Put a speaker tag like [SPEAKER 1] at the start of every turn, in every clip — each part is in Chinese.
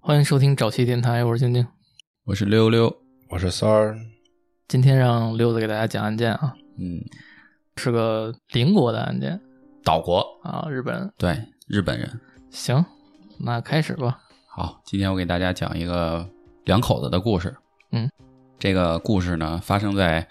[SPEAKER 1] 欢迎收听早期电台，我是晶晶。
[SPEAKER 2] 我是溜溜，
[SPEAKER 3] 我是三儿，
[SPEAKER 1] 今天让溜子给大家讲案件啊，
[SPEAKER 2] 嗯，
[SPEAKER 1] 是个邻国的案件
[SPEAKER 2] 岛国，
[SPEAKER 1] 啊，日本。
[SPEAKER 2] 对，日本人。
[SPEAKER 1] 行，那开始吧。
[SPEAKER 2] 好，今天我给大家讲一个两口子的故事。
[SPEAKER 1] 嗯，
[SPEAKER 2] 这个故事呢发生在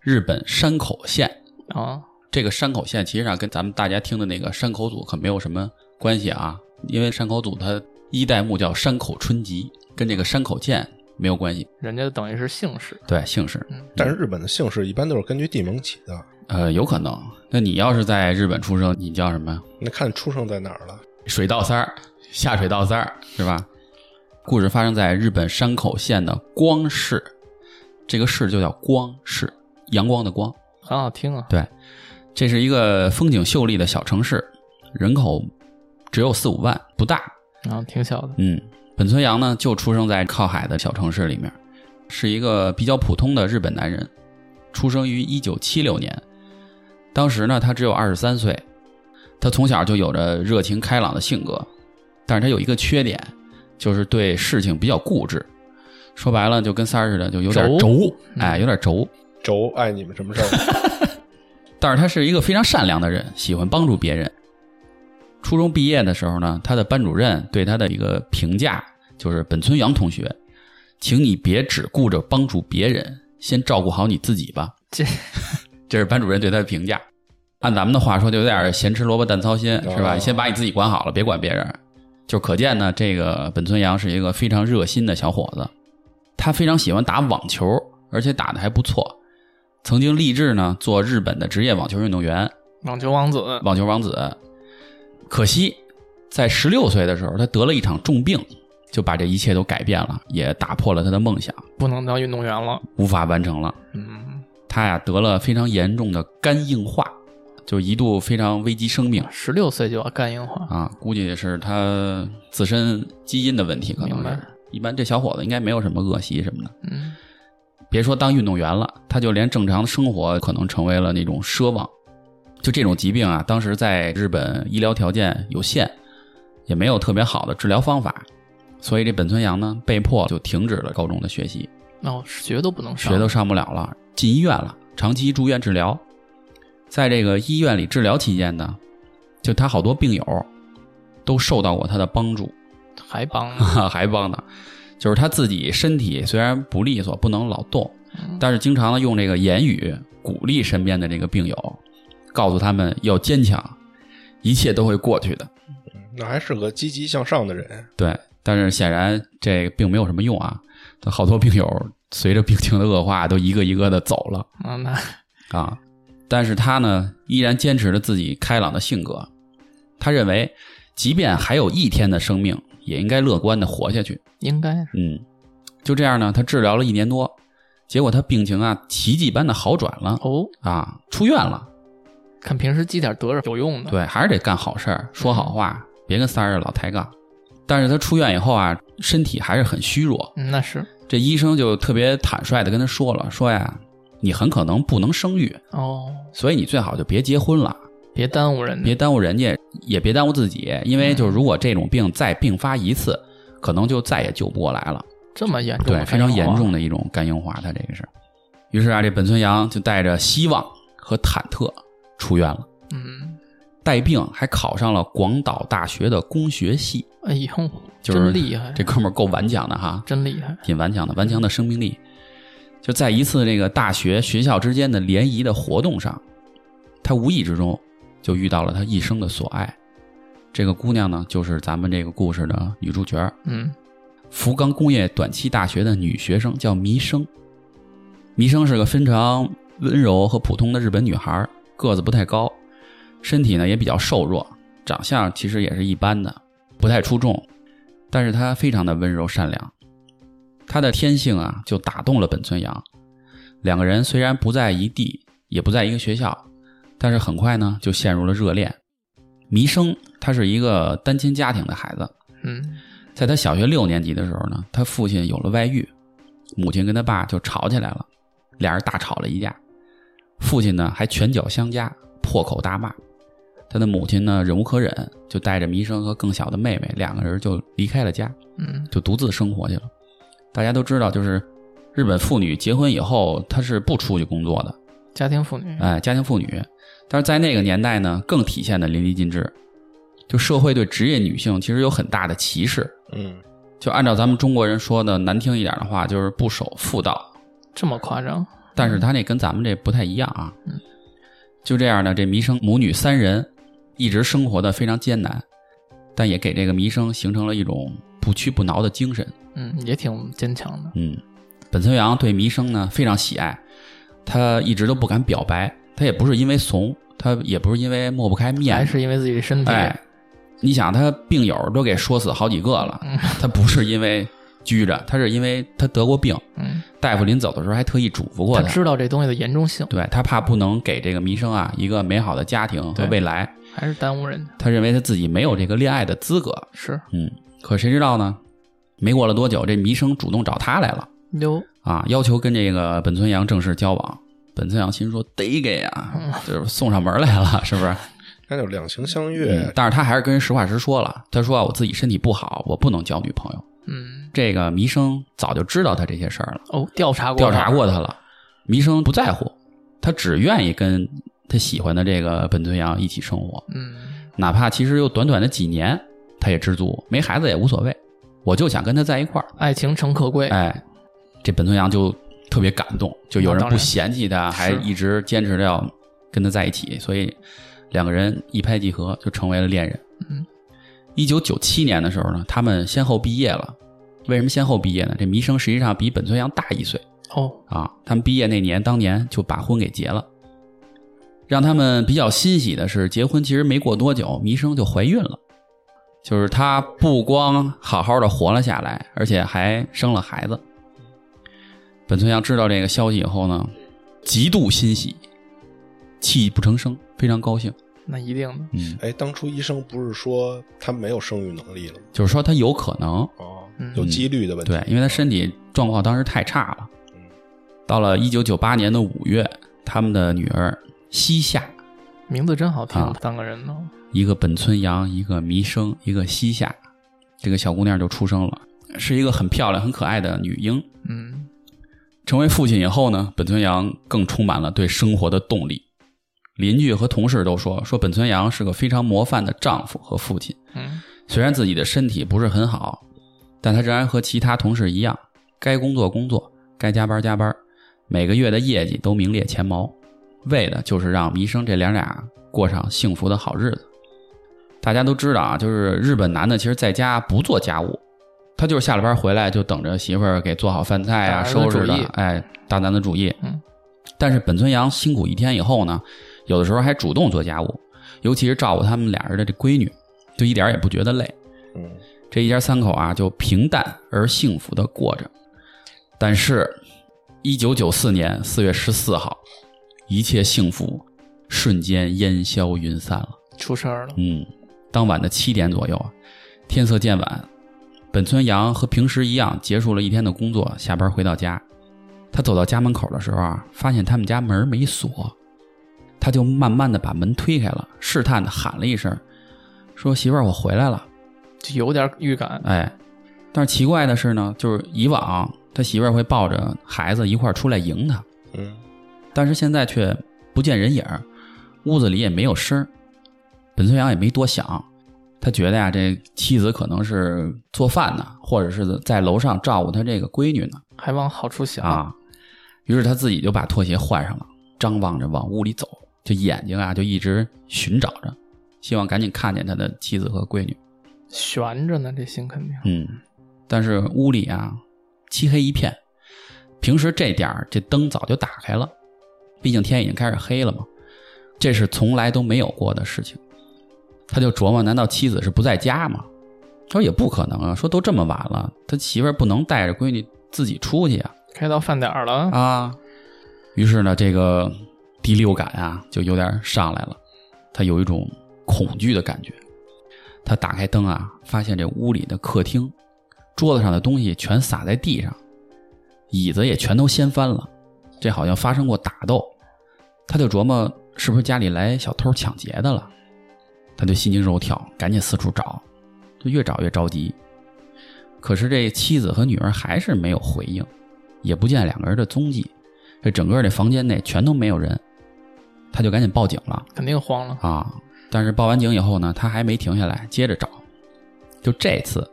[SPEAKER 2] 日本山口县。
[SPEAKER 1] 啊，
[SPEAKER 2] 这个山口县其实上跟咱们大家听的那个山口组可没有什么关系啊，因为山口组它一代目叫山口春吉，跟这个山口县没有关系。
[SPEAKER 1] 人家等于是姓氏，
[SPEAKER 2] 对，姓氏，
[SPEAKER 3] 但是日本的姓氏一般都是根据地名起的，
[SPEAKER 2] 呃，有可能。那你要是在日本出生，你叫什么呀？
[SPEAKER 3] 那看出生在哪儿了。
[SPEAKER 2] 水稻三儿，下水稻三儿是吧？故事发生在日本山口县的光市，这个市就叫光市，阳光的光。
[SPEAKER 1] 很好听啊。
[SPEAKER 2] 对，这是一个风景秀丽的小城市，人口只有四五万，不大。
[SPEAKER 1] 然后挺小的，
[SPEAKER 2] 嗯，本村阳呢就出生在靠海的小城市里面，是一个比较普通的日本男人，出生于一九七六年，当时呢他只有二十三岁，他从小就有着热情开朗的性格，但是他有一个缺点，就是对事情比较固执，说白了就跟三儿似的，就有点
[SPEAKER 1] 轴
[SPEAKER 2] 轴，哎，有点轴。
[SPEAKER 3] 轴爱你们什么事儿？
[SPEAKER 2] 但是他是一个非常善良的人，喜欢帮助别人。初中毕业的时候呢，他的班主任对他的一个评价就是：“本村阳同学，请你别只顾着帮助别人，先照顾好你自己吧。”
[SPEAKER 1] 这
[SPEAKER 2] 这是班主任对他的评价。按咱们的话说，就有点咸吃萝卜淡操心，是吧？
[SPEAKER 3] 哦
[SPEAKER 2] 先把你自己管好了，别管别人。就可见呢，这个本村阳是一个非常热心的小伙子，他非常喜欢打网球，而且打得还不错。曾经立志呢做日本的职业网球运动员，
[SPEAKER 1] 网球王子
[SPEAKER 2] 网球王子。可惜，在十六岁的时候，他得了一场重病，就把这一切都改变了，也打破了他的梦想，
[SPEAKER 1] 不能当运动员了。
[SPEAKER 2] 无法完成了。
[SPEAKER 1] 嗯，
[SPEAKER 2] 他呀得了非常严重的肝硬化，就一度非常危及生命
[SPEAKER 1] 十六岁就要干樱花，
[SPEAKER 2] 啊！估计是他自身基因的问题，可能
[SPEAKER 1] 明白
[SPEAKER 2] 是。一般这小伙子应该没有什么恶习什么的，
[SPEAKER 1] 嗯，
[SPEAKER 2] 别说当运动员了，他就连正常的生活可能成为了那种奢望。就这种疾病啊，当时在日本医疗条件有限，也没有特别好的治疗方法，所以这本村阳呢，被迫就停止了高中的学习，
[SPEAKER 1] 那我哦学都不能上，
[SPEAKER 2] 学都上不了了，进医院了，长期住院治疗。在这个医院里治疗期间呢，就他好多病友都受到过他的帮助，
[SPEAKER 1] 还帮
[SPEAKER 2] 还帮他，就是他自己身体虽然不利索，不能老动，但是经常呢用这个言语鼓励身边的这个病友，告诉他们要坚强，一切都会过去的。
[SPEAKER 3] 那还是个积极向上的人，
[SPEAKER 2] 对，但是显然这个并没有什么用啊，好多病友随着病情的恶化，都一个一个的走了。
[SPEAKER 1] 啊，那
[SPEAKER 2] 啊，但是他呢依然坚持着自己开朗的性格。他认为，即便还有一天的生命，也应该乐观的活下去。
[SPEAKER 1] 应该是
[SPEAKER 2] 嗯，就这样呢，他治疗了一年多，结果他病情啊奇迹般的好转了
[SPEAKER 1] 哦。
[SPEAKER 2] 啊，出院了。
[SPEAKER 1] 看平时积点德是有用的。，
[SPEAKER 2] 对，还是得干好事儿，说好话，别跟三儿老抬杠。但是他出院以后啊，身体还是很虚弱。
[SPEAKER 1] 嗯、那是
[SPEAKER 2] 这医生就特别坦率的跟他说了，说呀，你很可能不能生育，
[SPEAKER 1] 哦，
[SPEAKER 2] 所以你最好就别结婚了。
[SPEAKER 1] 别耽误人家。
[SPEAKER 2] 别耽误人家，也别耽误自己，因为就是如果这种病再并发一次，可能就再也救不过来了。
[SPEAKER 1] 这么严重
[SPEAKER 2] 对
[SPEAKER 1] 的，
[SPEAKER 2] 非
[SPEAKER 1] 干扰啊，
[SPEAKER 2] 常严重的一种肝硬化，它这个是。于是啊，这本村阳就带着希望和忐忑出院了，
[SPEAKER 1] 嗯，
[SPEAKER 2] 带病还考上了广岛大学的工学系，
[SPEAKER 1] 哎呦，
[SPEAKER 2] 就是
[SPEAKER 1] 真厉害，
[SPEAKER 2] 这哥们儿够顽强的哈，
[SPEAKER 1] 真厉害。
[SPEAKER 2] 挺顽强的，顽强的生命力。就在一次这个大学学校之间的联谊的活动上，他无意之中就遇到了他一生的所爱。这个姑娘呢，就是咱们这个故事的女主角，
[SPEAKER 1] 嗯，
[SPEAKER 2] 福冈工业短期大学的女学生，叫弥生。弥生是个非常温柔和普通的日本女孩，个子不太高，身体呢也比较瘦弱，长相其实也是一般的，不太出众。但是她非常的温柔善良，她的天性啊就打动了本村阳。两个人虽然不在一地，也不在一个学校，但是很快呢就陷入了热恋。弥生她是一个单亲家庭的孩子，
[SPEAKER 1] 嗯，
[SPEAKER 2] 在他小学六年级的时候呢，他父亲有了外遇，母亲跟他爸就吵起来了，俩人大吵了一架，父亲呢还拳脚相加，破口大骂。他的母亲呢忍无可忍，就带着弥生和更小的妹妹两个人就离开了家，
[SPEAKER 1] 嗯
[SPEAKER 2] 就独自生活去了。大家都知道，就是日本妇女结婚以后，她是不出去工作的，
[SPEAKER 1] 家庭妇女，
[SPEAKER 2] 哎，家庭妇女。但是在那个年代呢，更体现的淋漓尽致，就社会对职业女性其实有很大的歧视。
[SPEAKER 3] 嗯，
[SPEAKER 2] 就按照咱们中国人说的难听一点的话，就是不守妇道。
[SPEAKER 1] 这么夸张？
[SPEAKER 2] 但是他那跟咱们这不太一样啊。
[SPEAKER 1] 嗯
[SPEAKER 2] 就这样呢，这弥生母女三人一直生活的非常艰难，但也给这个弥生形成了一种不屈不挠的精神。
[SPEAKER 1] 嗯，也挺坚强的。
[SPEAKER 2] 嗯，本村阳对弥生呢非常喜爱，他一直都不敢表白，他也不是因为怂，他也不是因为抹不开面
[SPEAKER 1] 还
[SPEAKER 2] 子，
[SPEAKER 1] 是因为自己的身体，
[SPEAKER 2] 哎，你想他病友都给说死好几个了，
[SPEAKER 1] 嗯
[SPEAKER 2] 他不是因为拘着，他是因为他得过病，
[SPEAKER 1] 嗯，
[SPEAKER 2] 大夫临走的时候还特意嘱咐过
[SPEAKER 1] 他
[SPEAKER 2] 他，
[SPEAKER 1] 知道这东西的严重性，
[SPEAKER 2] 对他怕不能给这个弥生啊一个美好的家庭和
[SPEAKER 1] 对
[SPEAKER 2] 未来，
[SPEAKER 1] 还是耽误人家。
[SPEAKER 2] 他认为他自己没有这个恋爱的资格。
[SPEAKER 1] 是
[SPEAKER 2] 嗯，可谁知道呢？没过了多久，这弥生主动找他来了
[SPEAKER 1] 有
[SPEAKER 2] 啊，要求跟这个本村阳正式交往。本村阳心说得给
[SPEAKER 1] 嗯
[SPEAKER 2] 啊，就是送上门来了，是不是？
[SPEAKER 3] 那就两情相
[SPEAKER 2] 嗯
[SPEAKER 3] 悦，
[SPEAKER 2] 但是他还是跟人实话实说了，他说啊，我自己身体不好，我不能交女朋友。
[SPEAKER 1] 嗯
[SPEAKER 2] 这个弥生早就知道他这些事儿了，
[SPEAKER 1] 哦，调查过
[SPEAKER 2] 调查过他了。弥生不在乎，他只愿意跟他喜欢的这个本村阳一起生活。
[SPEAKER 1] 嗯
[SPEAKER 2] 哪怕其实有短短的几年，他也知足，没孩子也无所谓，我就想跟他在一块儿。
[SPEAKER 1] 爱情诚可贵，
[SPEAKER 2] 哎，这本村阳就特别感动，就有人不嫌弃他，
[SPEAKER 1] 啊当然
[SPEAKER 2] 还一直坚持着要跟他在一起，所以两个人一拍即合，就成为了恋人。
[SPEAKER 1] 嗯，
[SPEAKER 2] 一九九七年的时候呢，他们先后毕业了。为什么先后毕业呢？这弥生实际上比本村阳大一岁
[SPEAKER 1] 哦，
[SPEAKER 2] 啊。他们毕业那年，当年就把婚给结了。让他们比较欣喜的是，结婚其实没过多久，弥生就怀孕了。就是她不光好好的活了下来，而且还生了孩子。本村阳知道这个消息以后呢，极度欣喜，泣不成声，非常高兴。
[SPEAKER 1] 那一定的，
[SPEAKER 2] 嗯，
[SPEAKER 3] 哎，当初医生不是说他没有生育能力了吗？
[SPEAKER 2] 就是说她有可能，
[SPEAKER 3] 哦
[SPEAKER 1] 嗯，
[SPEAKER 3] 有几率的问题。
[SPEAKER 2] 对，因嗯为她身体状况当时太差了。到了一九九八年的五月，他们的女儿西夏，
[SPEAKER 1] 名字真好听
[SPEAKER 2] 啊，
[SPEAKER 1] 三个人呢，
[SPEAKER 2] 一个本村阳，一个弥生，一个西夏，这个小姑娘就出生了，是一个很漂亮、很可爱的女婴。
[SPEAKER 1] 嗯，
[SPEAKER 2] 成为父亲以后呢，本村阳更充满了对生活的动力。邻居和同事都说，说本村阳是个非常模范的丈夫和父亲。
[SPEAKER 1] 嗯，
[SPEAKER 2] 虽然自己的身体不是很好，但他仍然和其他同事一样，该工作工作，该加班加班，每个月的业绩都名列前茅，为的就是让弥生这娘俩过上幸福的好日子。大家都知道啊，就是日本男的其实在家不做家务，他就是下了班回来就等着媳妇儿给做好饭菜啊、
[SPEAKER 1] 大男
[SPEAKER 2] 收
[SPEAKER 1] 子主
[SPEAKER 2] 拾
[SPEAKER 1] 义
[SPEAKER 2] 的，哎，大男子主义。
[SPEAKER 1] 嗯，
[SPEAKER 2] 但是本村阳辛苦一天以后呢，有的时候还主动做家务，尤其是照顾他们俩人的这闺女，就一点儿也不觉得累。
[SPEAKER 3] 嗯，
[SPEAKER 2] 这一家三口啊，就平淡而幸福的过着。但是，一九九四年四月十四号，一切幸福瞬间烟消云散了。
[SPEAKER 1] 出事儿了，
[SPEAKER 2] 嗯，当晚的七点左右啊，天色渐晚，本村阳和平时一样结束了一天的工作，下班回到家。他走到家门口的时候啊，发现他们家门没锁，他就慢慢的把门推开了，试探的喊了一声，说：“媳妇儿，我回来了。”
[SPEAKER 1] 就有点预感，
[SPEAKER 2] 哎，但是奇怪的是呢，就是以往他媳妇儿会抱着孩子一块儿出来迎他，
[SPEAKER 3] 嗯，
[SPEAKER 2] 但是现在却不见人影儿，屋子里也没有声儿。本村阳也没多想，他觉得呀、这妻子可能是做饭呢，或者是在楼上照顾他这个闺女呢
[SPEAKER 1] 还往好处想，
[SPEAKER 2] 啊。于是他自己就把拖鞋换上了，张望着往屋里走，就眼睛啊就一直寻找着，希望赶紧看见他的妻子和闺女。
[SPEAKER 1] 悬着呢，这心肯定，
[SPEAKER 2] 嗯，但是屋里啊漆黑一片，平时这点儿这灯早就打开了，毕竟天已经开始黑了嘛，这是从来都没有过的事情。他就琢磨，难道妻子是不在家吗？他说也不可能啊，说都这么晚了，他媳妇儿不能带着闺女自己出去啊
[SPEAKER 1] 开到饭点儿了，
[SPEAKER 2] 啊！于是呢，这个第六感啊就有点上来了，他有一种恐惧的感觉。他打开灯啊，发现这屋里的客厅桌子上的东西全洒在地上，椅子也全都掀翻了，这好像发生过打斗。他就琢磨是不是家里来小偷抢劫的了。他就心惊肉跳，赶紧四处找，就越找越着急。可是这妻子和女儿还是没有回应，也不见两个人的踪迹。这整个这房间内全都没有人，他就赶紧报警了
[SPEAKER 1] 肯定慌了。
[SPEAKER 2] 啊！但是报完警以后呢，他还没停下来，接着找。就这次，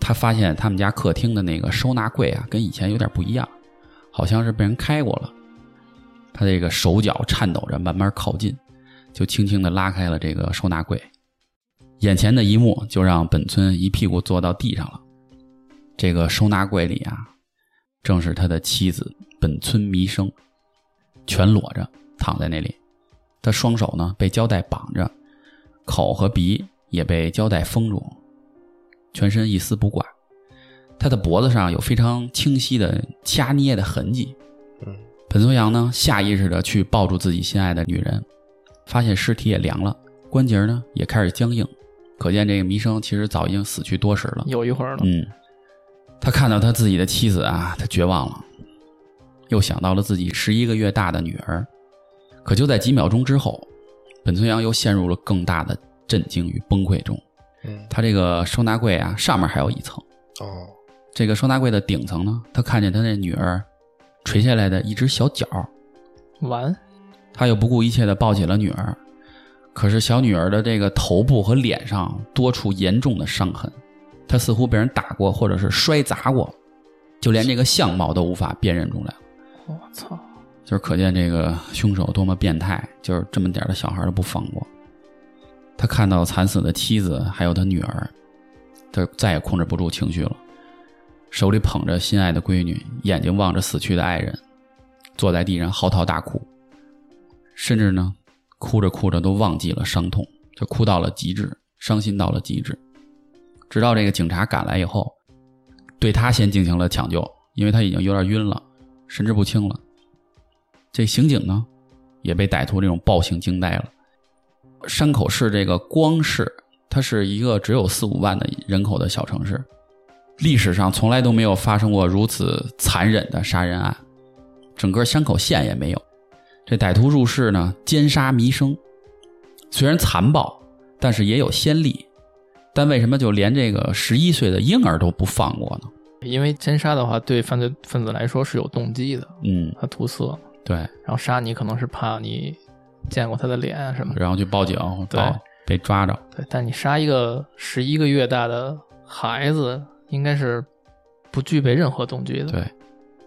[SPEAKER 2] 他发现他们家客厅的那个收纳柜啊，跟以前有点不一样，好像是被人开过了。他这个手脚颤抖着慢慢靠近，就轻轻地拉开了这个收纳柜。眼前的一幕就让本村一屁股坐到地上了。这个收纳柜里啊，正是他的妻子本村弥生，全裸着躺在那里。他双手呢被胶带绑着，口和鼻也被胶带封住，全身一丝不挂。他的脖子上有非常清晰的掐捏的痕迹。
[SPEAKER 3] 嗯，
[SPEAKER 2] 本松阳呢下意识的去抱住自己心爱的女人，发现尸体也凉了，关节呢也开始僵硬，可见这个弥生其实早已经死去多时了。
[SPEAKER 1] 有一会儿了，
[SPEAKER 2] 嗯，他看到他自己的妻子啊，他绝望了，又想到了自己十一个月大的女儿。可就在几秒钟之后，本村阳又陷入了更大的震惊与崩溃中。
[SPEAKER 3] 嗯，
[SPEAKER 2] 他这个收纳柜啊，上面还有一层，
[SPEAKER 3] 哦，
[SPEAKER 2] 这个收纳柜的顶层呢，他看见他那女儿垂下来的一只小脚，嗯
[SPEAKER 1] 完
[SPEAKER 2] 他又不顾一切地抱起了女儿。可是小女儿的这个头部和脸上多处严重的伤痕，她似乎被人打过或者是摔砸过，就连这个相貌都无法辨认出来。
[SPEAKER 1] 我操，
[SPEAKER 2] 就是可见这个凶手多么变态，就是这么点儿的小孩都不放过。他看到惨死的妻子还有他女儿，他再也控制不住情绪了，手里捧着心爱的闺女，眼睛望着死去的爱人，坐在地上嚎啕大哭，甚至呢，哭着哭着都忘记了伤痛，就哭到了极致，伤心到了极致。直到这个警察赶来以后，对他先进行了抢救，因为他已经有点晕了，神志不清了。这刑警呢，也被歹徒这种暴行惊呆了。山口市这个光市，它是一个只有四五万的人口的小城市，历史上从来都没有发生过如此残忍的杀人案，整个山口县也没有。这歹徒入室呢，奸杀弥生，虽然残暴，但是也有先例。但为什么就连这个十一岁的婴儿都不放过呢？
[SPEAKER 1] 因为奸杀的话，对犯罪分子来说是有动机的，
[SPEAKER 2] 嗯，
[SPEAKER 1] 他图色，
[SPEAKER 2] 对，
[SPEAKER 1] 然后杀你可能是怕你见过他的脸啊什么的，
[SPEAKER 2] 然后去报警，
[SPEAKER 1] 对
[SPEAKER 2] 报被抓着，
[SPEAKER 1] 对，但你杀一个十一个月大的孩子，应该是不具备任何动机的，
[SPEAKER 2] 对，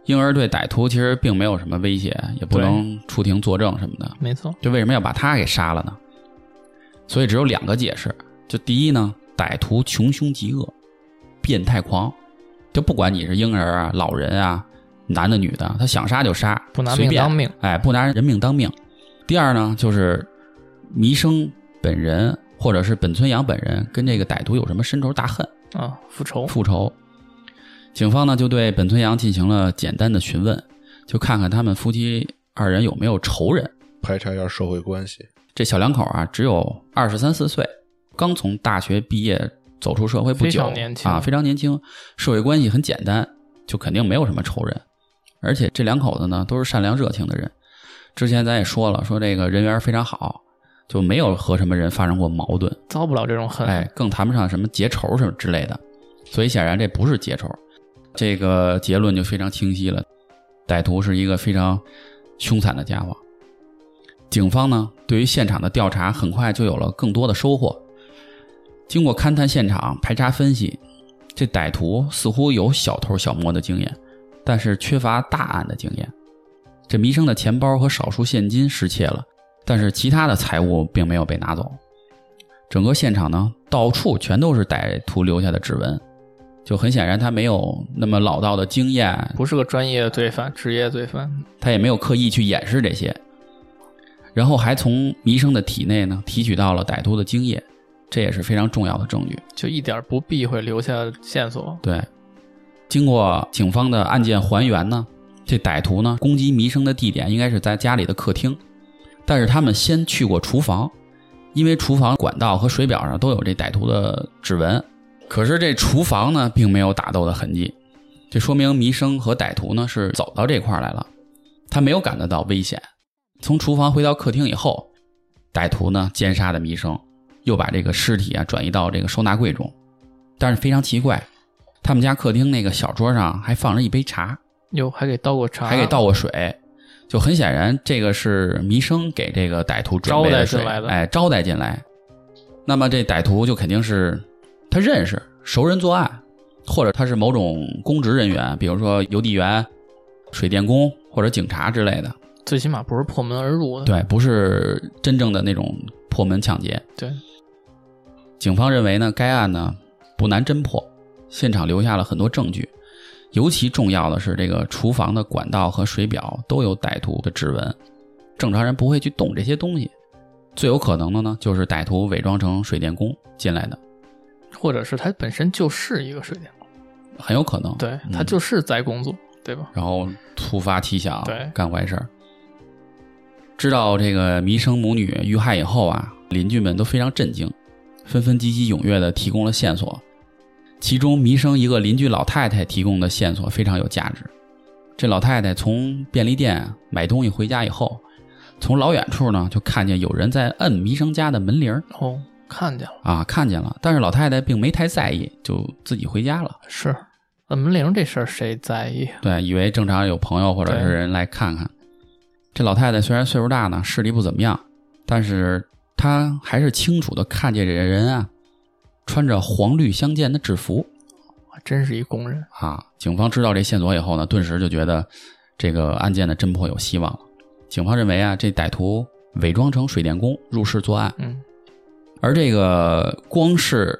[SPEAKER 2] 婴儿对歹徒其实并没有什么威胁，也不
[SPEAKER 1] 对
[SPEAKER 2] 能出庭作证什么的。
[SPEAKER 1] 没错，
[SPEAKER 2] 这为什么要把他给杀了呢？所以只有两个解释：就第一呢，歹徒穷凶极恶，变态狂，就不管你是婴儿啊、老人啊、男的女的，他想杀就杀，
[SPEAKER 1] 不拿
[SPEAKER 2] 随
[SPEAKER 1] 命
[SPEAKER 2] 便
[SPEAKER 1] 当命，
[SPEAKER 2] 哎，不拿人命当命。第二呢，就是弥生本人或者是本村阳本人跟这个歹徒有什么深仇大恨。
[SPEAKER 1] 啊，复仇，
[SPEAKER 2] 复仇。警方呢就对本村阳进行了简单的询问，就看看他们夫妻二人有没有仇人。
[SPEAKER 3] 排查一下社会关系。
[SPEAKER 2] 这小两口啊，只有二十三四岁，刚从大学毕业走出社会不
[SPEAKER 1] 非
[SPEAKER 2] 久，
[SPEAKER 1] 常年轻
[SPEAKER 2] 啊，非常年轻，社会关系很简单，就肯定没有什么仇人。而且这两口子呢，都是善良热情的人。之前咱也说了，说这个人缘非常好，就没有和什么人发生过矛盾。
[SPEAKER 1] 遭不了这种恨，
[SPEAKER 2] 哎，更谈不上什么结仇什么之类的。所以显然这不是结仇，这个结论就非常清晰了。歹徒是一个非常凶残的家伙。警方呢，对于现场的调查很快就有了更多的收获。经过勘探现场、排查分析，这歹徒似乎有小偷小摸的经验，但是缺乏大案的经验。这弥生的钱包和少数现金失窃了，但是其他的财物并没有被拿走。整个现场呢，到处全都是歹徒留下的指纹，就很显然他没有那么老道的经验，
[SPEAKER 1] 不是个专业的罪犯，职业罪犯，
[SPEAKER 2] 他也没有刻意去掩饰这些。然后还从弥生的体内呢提取到了歹徒的精液，这也是非常重要的证据。
[SPEAKER 1] 就一点不避讳留下线索，
[SPEAKER 2] 对，经过警方的案件还原呢，这歹徒呢攻击弥生的地点应该是在家里的客厅，但是他们先去过厨房，因为厨房管道和水表上都有这歹徒的指纹，可是这厨房呢并没有打斗的痕迹，这说明弥生和歹徒呢是走到这块儿来了，他没有感觉到危险。从厨房回到客厅以后，歹徒呢奸杀的弥生，又把这个尸体啊转移到这个收纳柜中。但是非常奇怪，他们家客厅那个小桌上还放着一杯茶，
[SPEAKER 1] 哟，还给倒过茶，
[SPEAKER 2] 还给倒过水，就很显然这个是弥生给这个歹徒准备的
[SPEAKER 1] 招待
[SPEAKER 2] 水
[SPEAKER 1] 进来的
[SPEAKER 2] 哎，招待进来。那么这歹徒就肯定是他认识熟人作案，或者他是某种公职人员，比如说邮递员、水电工或者警察之类的。
[SPEAKER 1] 最起码不是破门而入的。
[SPEAKER 2] 对，不是真正的那种破门抢劫。
[SPEAKER 1] 对，
[SPEAKER 2] 警方认为呢，该案呢不难侦破，现场留下了很多证据，尤其重要的是，这个厨房的管道和水表都有歹徒的指纹，正常人不会去动这些东西。最有可能的呢，就是歹徒伪装成水电工进来的，
[SPEAKER 1] 或者是他本身就是一个水电工，
[SPEAKER 2] 很有可能。，
[SPEAKER 1] 对他就是在工作，对吧？
[SPEAKER 2] 然后突发奇想，
[SPEAKER 1] 对
[SPEAKER 2] 干坏事儿。知道这个弥生母女遇害以后啊，邻居们都非常震惊，纷纷积极踊跃地提供了线索。其中，弥生一个邻居老太太提供的线索非常有价值。这老太太从便利店买东西回家以后，从老远处呢就看见有人在摁弥生家的门铃儿
[SPEAKER 1] 哦，看见了，
[SPEAKER 2] 啊，看见了，但是老太太并没太在意，就自己回家了。
[SPEAKER 1] 是按门铃这事儿谁在意？啊
[SPEAKER 2] 对，以为正常有朋友或者是
[SPEAKER 1] 对
[SPEAKER 2] 人来看看。这老太太虽然岁数大呢，视力不怎么样，但是她还是清楚的看见这人啊，穿着黄绿相间的制服
[SPEAKER 1] 还真是一工人，
[SPEAKER 2] 啊。警方知道这线索以后呢，顿时就觉得这个案件的侦破有希望了。警方认为啊，这歹徒伪装成水电工入室作案，
[SPEAKER 1] 嗯，
[SPEAKER 2] 而这个光是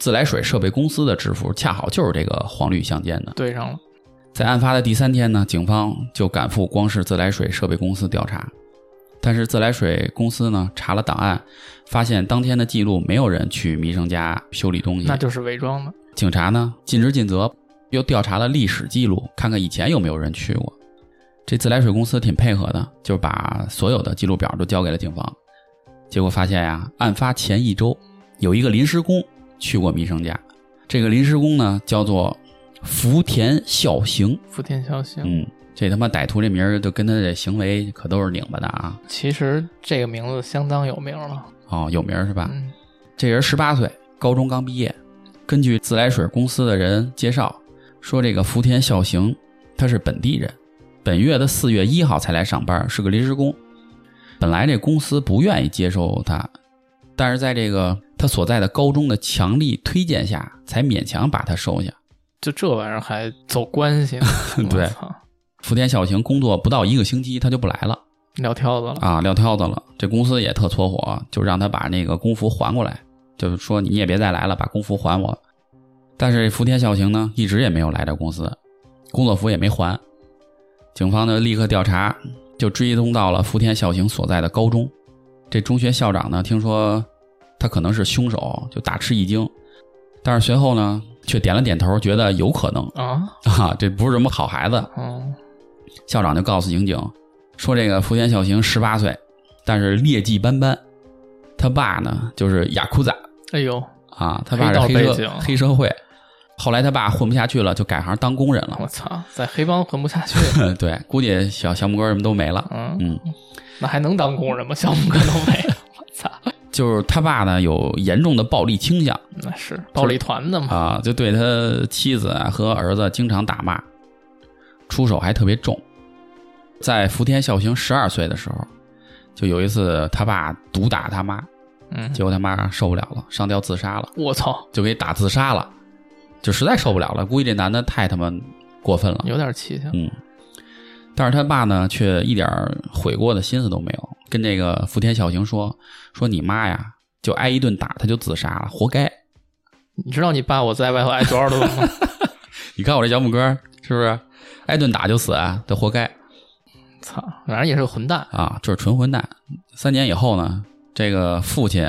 [SPEAKER 2] 自来水设备公司的制服，恰好就是这个黄绿相间的。
[SPEAKER 1] 对上了，
[SPEAKER 2] 在案发的第三天呢，警方就赶赴光市自来水设备公司调查，但是自来水公司呢查了档案，发现当天的记录没有人去弥生家修理东西。
[SPEAKER 1] 那就是伪装的，
[SPEAKER 2] 警察呢尽职尽责，又调查了历史记录，看看以前有没有人去过。这自来水公司挺配合的，就把所有的记录表都交给了警方。结果发现呀、案发前一周有一个临时工去过弥生家，这个临时工呢叫做福田孝行。
[SPEAKER 1] 福田孝行。
[SPEAKER 2] 嗯，这他妈歹徒这名儿就跟他这行为可都是拧巴的啊！
[SPEAKER 1] 其实这个名字相当有名了，
[SPEAKER 2] 哦，有名儿是吧？
[SPEAKER 1] 嗯，
[SPEAKER 2] 这人十八岁，高中刚毕业。根据自来水公司的人介绍，说这个福田孝行他是本地人，本月的四月一号才来上班，是个临时工。本来这公司不愿意接受他，但是在这个他所在的高中的强力推荐下，才勉强把他收下。，
[SPEAKER 1] 就这玩意儿还走关系呢
[SPEAKER 2] 对
[SPEAKER 1] 我操，
[SPEAKER 2] 福田孝行工作不到一个星期，他就不来了。
[SPEAKER 1] 撂挑子了，
[SPEAKER 2] 啊，撂挑子了。这公司也特搓火，就让他把那个工服还过来，就是说你也别再来了，把工服还我。但是福田孝行呢，一直也没有来到公司，工作服也没还。警方呢立刻调查，就追踪到了福田孝行所在的高中。这中学校长呢，听说他可能是凶手，就大吃一惊。但是随后呢，却点了点头，觉得有可能
[SPEAKER 1] 啊，
[SPEAKER 2] 啊，这不是什么好孩子。
[SPEAKER 1] 嗯，
[SPEAKER 2] 校长就告诉刑警说：“这个福田孝行十八岁，但是劣迹斑斑。他爸呢，就是雅库扎
[SPEAKER 1] 哎呦，
[SPEAKER 2] 啊，他爸是
[SPEAKER 1] 黑
[SPEAKER 2] 黑
[SPEAKER 1] 道背
[SPEAKER 2] 社
[SPEAKER 1] 景
[SPEAKER 2] 黑社会。后来他爸混不下去了，就改行当工人了。
[SPEAKER 1] 我操，在黑帮混不下 去，
[SPEAKER 2] 对，估计小小拇哥什么都没了。
[SPEAKER 1] 嗯，
[SPEAKER 2] 嗯，
[SPEAKER 1] 那还能当工人吗？小拇哥都 没了，我操，
[SPEAKER 2] 就是他爸呢有严重的暴力倾向
[SPEAKER 1] 那是暴力团的嘛，
[SPEAKER 2] 啊，就对他妻子啊和儿子经常打骂，出手还特别重。在福田孝行十二岁的时候，就有一次他爸毒打他妈，
[SPEAKER 1] 嗯，
[SPEAKER 2] 结果他妈受不了了，上吊自杀了，
[SPEAKER 1] 我操，
[SPEAKER 2] 就给打自杀了，就实在受不了了。估计这男的太他妈过分了，
[SPEAKER 1] 有点气性，
[SPEAKER 2] 嗯。但是他爸呢，却一点儿悔过的心思都没有，跟这个福田孝行说：“说你妈呀，就挨一顿打，他就自杀了，活该。
[SPEAKER 1] 你知道你爸我在外头挨多少顿 吗？
[SPEAKER 2] 你看我这小拇哥是不是挨顿打就死啊？他活该
[SPEAKER 1] 操，反正也是个混蛋，
[SPEAKER 2] 啊，就是纯混蛋。”三年以后呢，这个父亲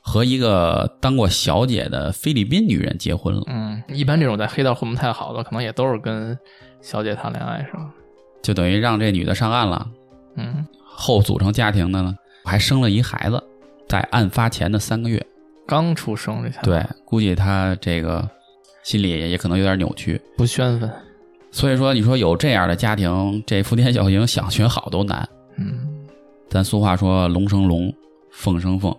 [SPEAKER 2] 和一个当过小姐的菲律宾女人结婚了。
[SPEAKER 1] 嗯，一般这种在黑道混不太好的，可能也都是跟小姐谈恋爱是吧？
[SPEAKER 2] 就等于让这女的上岸了。
[SPEAKER 1] 嗯，
[SPEAKER 2] 后组成家庭的呢，还生了一孩子，在案发前的三个月，
[SPEAKER 1] 刚出生这下，，
[SPEAKER 2] 对，估计她这个心里也可能有点扭曲。
[SPEAKER 1] 不宣愤，
[SPEAKER 2] 所以说，你说有这样的家庭，这福田孝行想学好都难。
[SPEAKER 1] 嗯，
[SPEAKER 2] 咱俗话说“龙生龙，凤生凤”，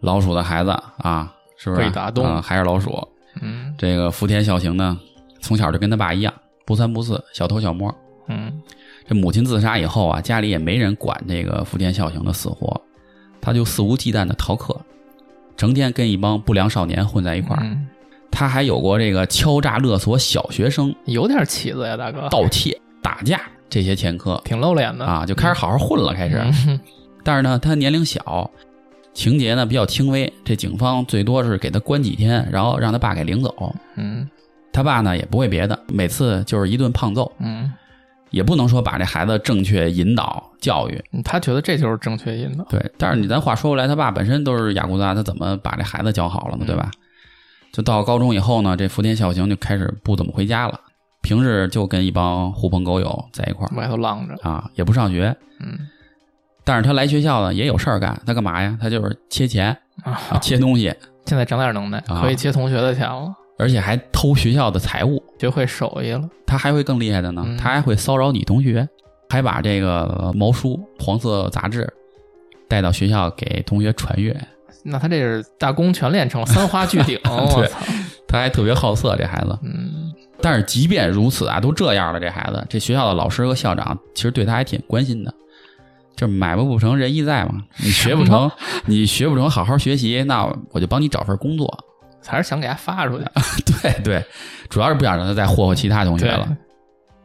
[SPEAKER 2] 老鼠的孩子啊，是不是
[SPEAKER 1] 被打动
[SPEAKER 2] 啊？还是老鼠？
[SPEAKER 1] 嗯
[SPEAKER 2] 这个福田孝行呢，从小就跟他爸一样，不三不四，小偷小摸。
[SPEAKER 1] 嗯
[SPEAKER 2] 这母亲自杀以后啊，家里也没人管这个福田孝行的死活，他就肆无忌惮的逃课，成天跟一帮不良少年混在一块儿。
[SPEAKER 1] 嗯，
[SPEAKER 2] 他还有过这个敲诈勒索小学生、
[SPEAKER 1] 有点起子呀，大哥，
[SPEAKER 2] 盗窃、打架这些前科
[SPEAKER 1] 挺露脸的
[SPEAKER 2] 啊，就开始好好混了，开始。
[SPEAKER 1] 嗯
[SPEAKER 2] 但是呢，他年龄小，情节呢比较轻微，这警方最多是给他关几天，然后让他爸给领走。
[SPEAKER 1] 嗯
[SPEAKER 2] 他爸呢也不会别的，每次就是一顿胖揍，
[SPEAKER 1] 嗯
[SPEAKER 2] 也不能说把这孩子正确引导教育。
[SPEAKER 1] 嗯，他觉得这就是正确引导，
[SPEAKER 2] 对，但是你咱话说回来，他爸本身都是雅库扎，他怎么把这孩子教好了呢？
[SPEAKER 1] 嗯
[SPEAKER 2] 对吧？就到高中以后呢，这福田孝行就开始不怎么回家了，平日就跟一帮狐朋狗友在一块儿
[SPEAKER 1] 外头浪着，
[SPEAKER 2] 啊，也不上学。
[SPEAKER 1] 嗯
[SPEAKER 2] 但是他来学校呢，也有事儿干，他干嘛呀？他就是切钱、
[SPEAKER 1] 啊，
[SPEAKER 2] 切东西，
[SPEAKER 1] 现在长点能耐，
[SPEAKER 2] 啊
[SPEAKER 1] 可以接同学的钱了，
[SPEAKER 2] 而且还偷学校的财物。
[SPEAKER 1] 学会手艺了，
[SPEAKER 2] 他还会更厉害的呢，
[SPEAKER 1] 嗯
[SPEAKER 2] 他还会骚扰女同学，还把这个呃毛书、黄色杂志带到学校给同学传阅。
[SPEAKER 1] 那他这是大功全练成了，三花聚顶，我操，
[SPEAKER 2] 他还特别好色，这孩子。
[SPEAKER 1] 嗯
[SPEAKER 2] 但是即便如此啊，都这样了，这孩子，这学校的老师和校长其实对他还挺关心的。就是买卖不成仁义在嘛，你学不成，你学不成，好好学习，那我就帮你找份工作。
[SPEAKER 1] 还是想给他发出去，
[SPEAKER 2] 对对，主要是不想让他再霍霍其他同学
[SPEAKER 1] 对
[SPEAKER 2] 了，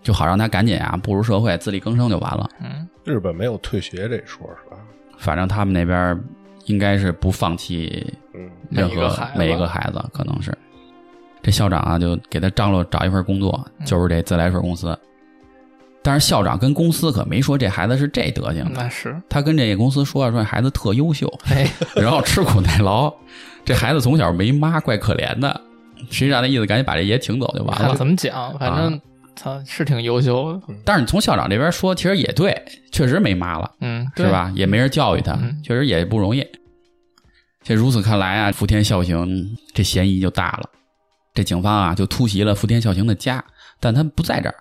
[SPEAKER 2] 就好让他赶紧啊步入社会，自力更生就完了。
[SPEAKER 1] 嗯
[SPEAKER 3] 日本没有退学这一说，是吧？
[SPEAKER 2] 反正他们那边儿应该是不放弃
[SPEAKER 3] 嗯，
[SPEAKER 2] 任
[SPEAKER 1] 每一个
[SPEAKER 2] 何
[SPEAKER 1] 孩子
[SPEAKER 2] 每一个孩子，可能是这校长啊，就给他张罗找一份工作，
[SPEAKER 1] 嗯
[SPEAKER 2] 就是这自来水公司。但是校长跟公司可没说这孩子是这德行，
[SPEAKER 1] 那是，
[SPEAKER 2] 他跟这个公司说啊了说这孩子特优秀，
[SPEAKER 1] 哎，
[SPEAKER 2] 然后吃苦耐劳，这孩子从小没妈，怪可怜的。实际上那意思，赶紧把这爷请走就完
[SPEAKER 1] 看
[SPEAKER 2] 了
[SPEAKER 1] 怎。么讲，反正他是挺优秀的，
[SPEAKER 2] 但是你从校长这边说，其实也对，确实没妈了。
[SPEAKER 1] 嗯，对
[SPEAKER 2] 是？吧？也没人教育他，
[SPEAKER 1] 嗯
[SPEAKER 2] 确实也不容易。这如此看来啊，福田孝行这嫌疑就大了。这警方啊就突袭了福田孝行的家，但他不在这儿。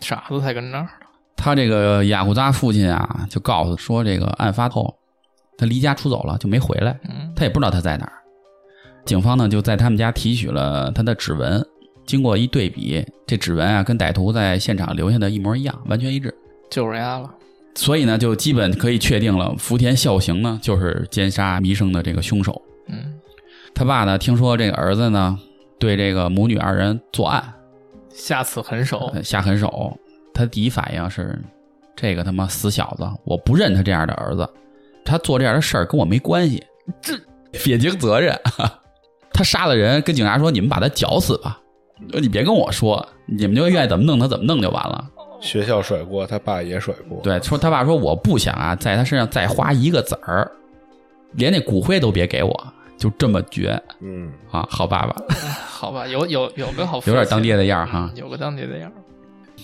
[SPEAKER 1] 傻子才跟那儿，
[SPEAKER 2] 他这个雅库扎父亲啊就告诉说，这个案发后他离家出走了，就没回来，
[SPEAKER 1] 嗯
[SPEAKER 2] 他也不知道他在哪儿。警方呢就在他们家提取了他的指纹，经过一对比，这指纹啊跟歹徒在现场留下的一模一样，完全一致。
[SPEAKER 1] 就是人家了，
[SPEAKER 2] 所以呢，就基本可以确定了，福田孝行呢就是奸杀弥生的这个凶手。
[SPEAKER 1] 嗯，
[SPEAKER 2] 他爸呢，听说这个儿子呢对这个母女二人作案，
[SPEAKER 1] 下此狠手，
[SPEAKER 2] 呃下狠手，他第一反应是这个他妈死小子，我不认他这样的儿子，他做这样的事儿跟我没关系，这撇清责任。 他杀了人，跟警察说你们把他绞死吧，你别跟我说，你们就愿意怎么弄他怎么弄就完了。
[SPEAKER 3] 学校甩锅，他爸也甩锅。
[SPEAKER 2] 对，说他爸说我不想啊，在他身上再花一个子儿，连那骨灰都别给我，就这么绝
[SPEAKER 3] 嗯，
[SPEAKER 2] 啊！好爸爸，
[SPEAKER 1] 好吧，有有有个好父亲，
[SPEAKER 2] 有点当爹的样儿哈
[SPEAKER 1] 嗯。有个当爹的样儿，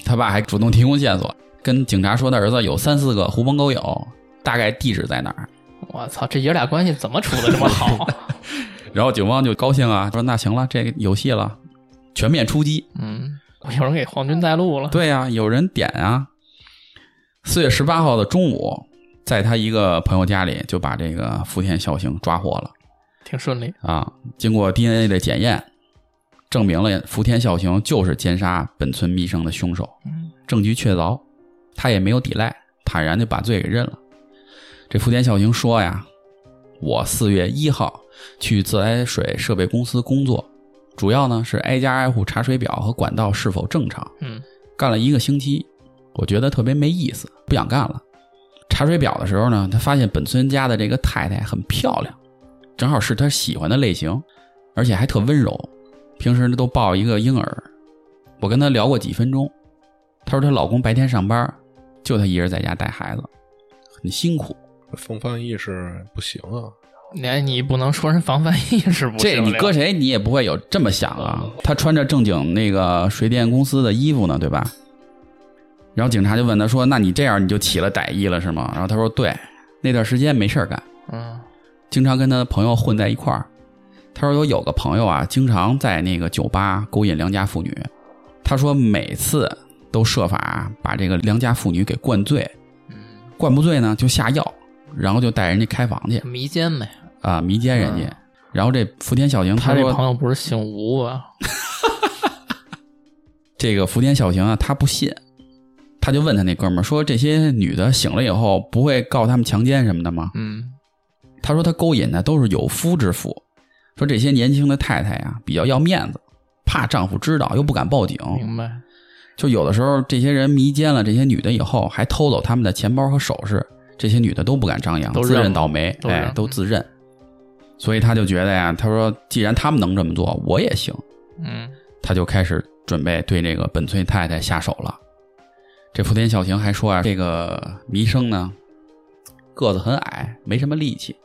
[SPEAKER 2] 他爸还主动提供线索，跟警察说他儿子有三四个狐朋狗友，大概地址在哪儿。
[SPEAKER 1] 我操，这爷俩关系怎么处的这么好？啊
[SPEAKER 2] 然后警方就高兴啊，说那行了，这个有戏了，全面出击。
[SPEAKER 1] 嗯，有人给皇军带路了，
[SPEAKER 2] 对呀、有人点啊。四月十八号的中午，在他一个朋友家里就把这个福田孝行抓获了。
[SPEAKER 1] 挺顺利，
[SPEAKER 2] 啊，经过 DNA 的检验，证明了福田孝行就是奸杀本村弥生的凶手，
[SPEAKER 1] 嗯
[SPEAKER 2] 证据确凿，他也没有抵赖，坦然就把罪给认了。这福田孝行说呀：“我四月一号去自来水设备公司工作，主要呢是挨家挨户查水表和管道是否正常。
[SPEAKER 1] 嗯
[SPEAKER 2] 干了一个星期，我觉得特别没意思，不想干了。查水表的时候呢，他发现本村家的这个太太很漂亮，正好是他喜欢的类型，而且还特温柔，平时都抱一个婴儿。我跟她聊过几分钟，她说她老公白天上班，就她一人在家带孩子，很辛苦。
[SPEAKER 3] 防范意识不行啊。
[SPEAKER 1] 连你不能说人防范意识不
[SPEAKER 2] 这
[SPEAKER 1] 行
[SPEAKER 2] 你
[SPEAKER 1] 了
[SPEAKER 2] 搁谁你也不会有这么想啊！他穿着正经那个水电公司的衣服呢，对吧？然后警察就问他说：“那你这样你就起了歹意了是吗？”然后他说：“对，那段时间没事儿干，
[SPEAKER 1] 嗯
[SPEAKER 2] 经常跟他的朋友混在一块儿。”他说有有个朋友啊，经常在那个酒吧勾引良家妇女。他说每次都设法把这个良家妇女给灌醉，
[SPEAKER 1] 嗯，
[SPEAKER 2] 灌不醉呢就下药，然后就带人家开房去
[SPEAKER 1] 迷奸呗，
[SPEAKER 2] 啊，迷奸人家。然后这福田小晴，
[SPEAKER 1] 嗯他
[SPEAKER 2] 她
[SPEAKER 1] 这
[SPEAKER 2] 说
[SPEAKER 1] 朋友不是姓吴啊吧？
[SPEAKER 2] 这个福田小晴啊，她不信，她就问她那哥们儿说：“这些女的醒了以后不会告他们强奸什么的吗
[SPEAKER 1] 嗯，？”
[SPEAKER 2] 他说：“他勾引的都是有夫之妇，说这些年轻的太太呀、比较要面子，怕丈夫知道又不敢报警，
[SPEAKER 1] 明白。
[SPEAKER 2] 就有的时候这些人迷奸了这些女的以后，还偷走她们的钱包和首饰，这些女的都不敢张扬，
[SPEAKER 1] 都认
[SPEAKER 2] 自
[SPEAKER 1] 了
[SPEAKER 2] 认倒霉，
[SPEAKER 1] 都认
[SPEAKER 2] 哎，都自认。所以他就觉得呀，他说既然他们能这么做，我也行。
[SPEAKER 1] 嗯，
[SPEAKER 2] 他就开始准备对这个本村太太下手了。这福田小晴还说啊，这个弥生呢，个子很矮，没什么力气，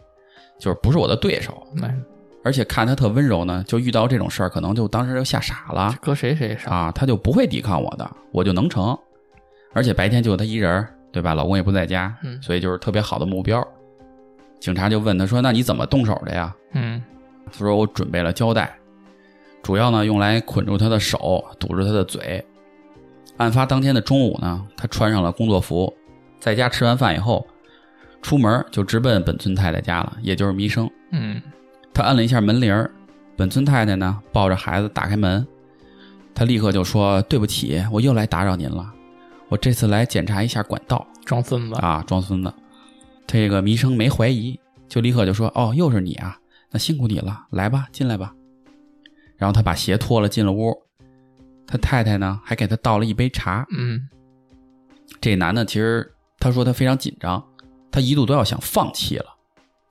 [SPEAKER 2] 就是不是我的对手。
[SPEAKER 1] 那
[SPEAKER 2] 而且看他特温柔呢，就遇到这种事儿，可能就当时就吓傻了
[SPEAKER 1] 搁谁谁上？
[SPEAKER 2] 啊，他就不会抵抗我的，我就能成。而且白天就他一人儿，对吧？老公也不在家，
[SPEAKER 1] 嗯
[SPEAKER 2] 所以就是特别好的目标。警察就问他说：“那你怎么动手的呀？”
[SPEAKER 1] 嗯
[SPEAKER 2] 他说我准备了胶带，主要呢用来捆住他的手，堵住他的嘴。案发当天的中午呢，他穿上了工作服，在家吃完饭以后，出门就直奔本村太太家了，也就是弥生。
[SPEAKER 1] 嗯
[SPEAKER 2] 他按了一下门铃儿，本村太太呢抱着孩子打开门，他立刻就说：“对不起，我又来打扰您了，我这次来检查一下管道。”
[SPEAKER 1] 装孙子。
[SPEAKER 2] 啊，装孙子。这个弥生没怀疑，就立刻就说：“哦，又是你啊，那辛苦你了，来吧，进来吧。”然后他把鞋脱了，进了屋。他太太呢，还给他倒了一杯茶。
[SPEAKER 1] 嗯
[SPEAKER 2] 这男的其实他说他非常紧张，他一度都要想放弃了，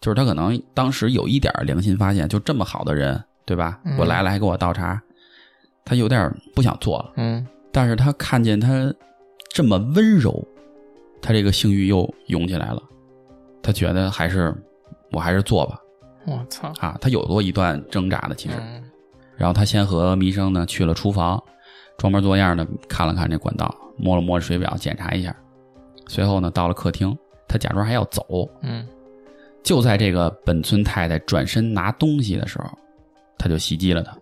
[SPEAKER 2] 就是他可能当时有一点良心发现，就这么好的人，对吧？
[SPEAKER 1] 嗯
[SPEAKER 2] 我来了还给我倒茶，他有点不想做了。
[SPEAKER 1] 嗯
[SPEAKER 2] 但是他看见他这么温柔，他这个性欲又涌起来了。他觉得还是我还是做吧
[SPEAKER 1] 我操。
[SPEAKER 2] 啊！他有过一段挣扎的，其实。
[SPEAKER 1] 嗯
[SPEAKER 2] 然后他先和弥生呢去了厨房，装模作样的看了看这管道，摸了摸水表，检查一下。随后呢，到了客厅，他假装还要走。
[SPEAKER 1] 嗯
[SPEAKER 2] 就在这个本村太太转身拿东西的时候，他就袭击了他。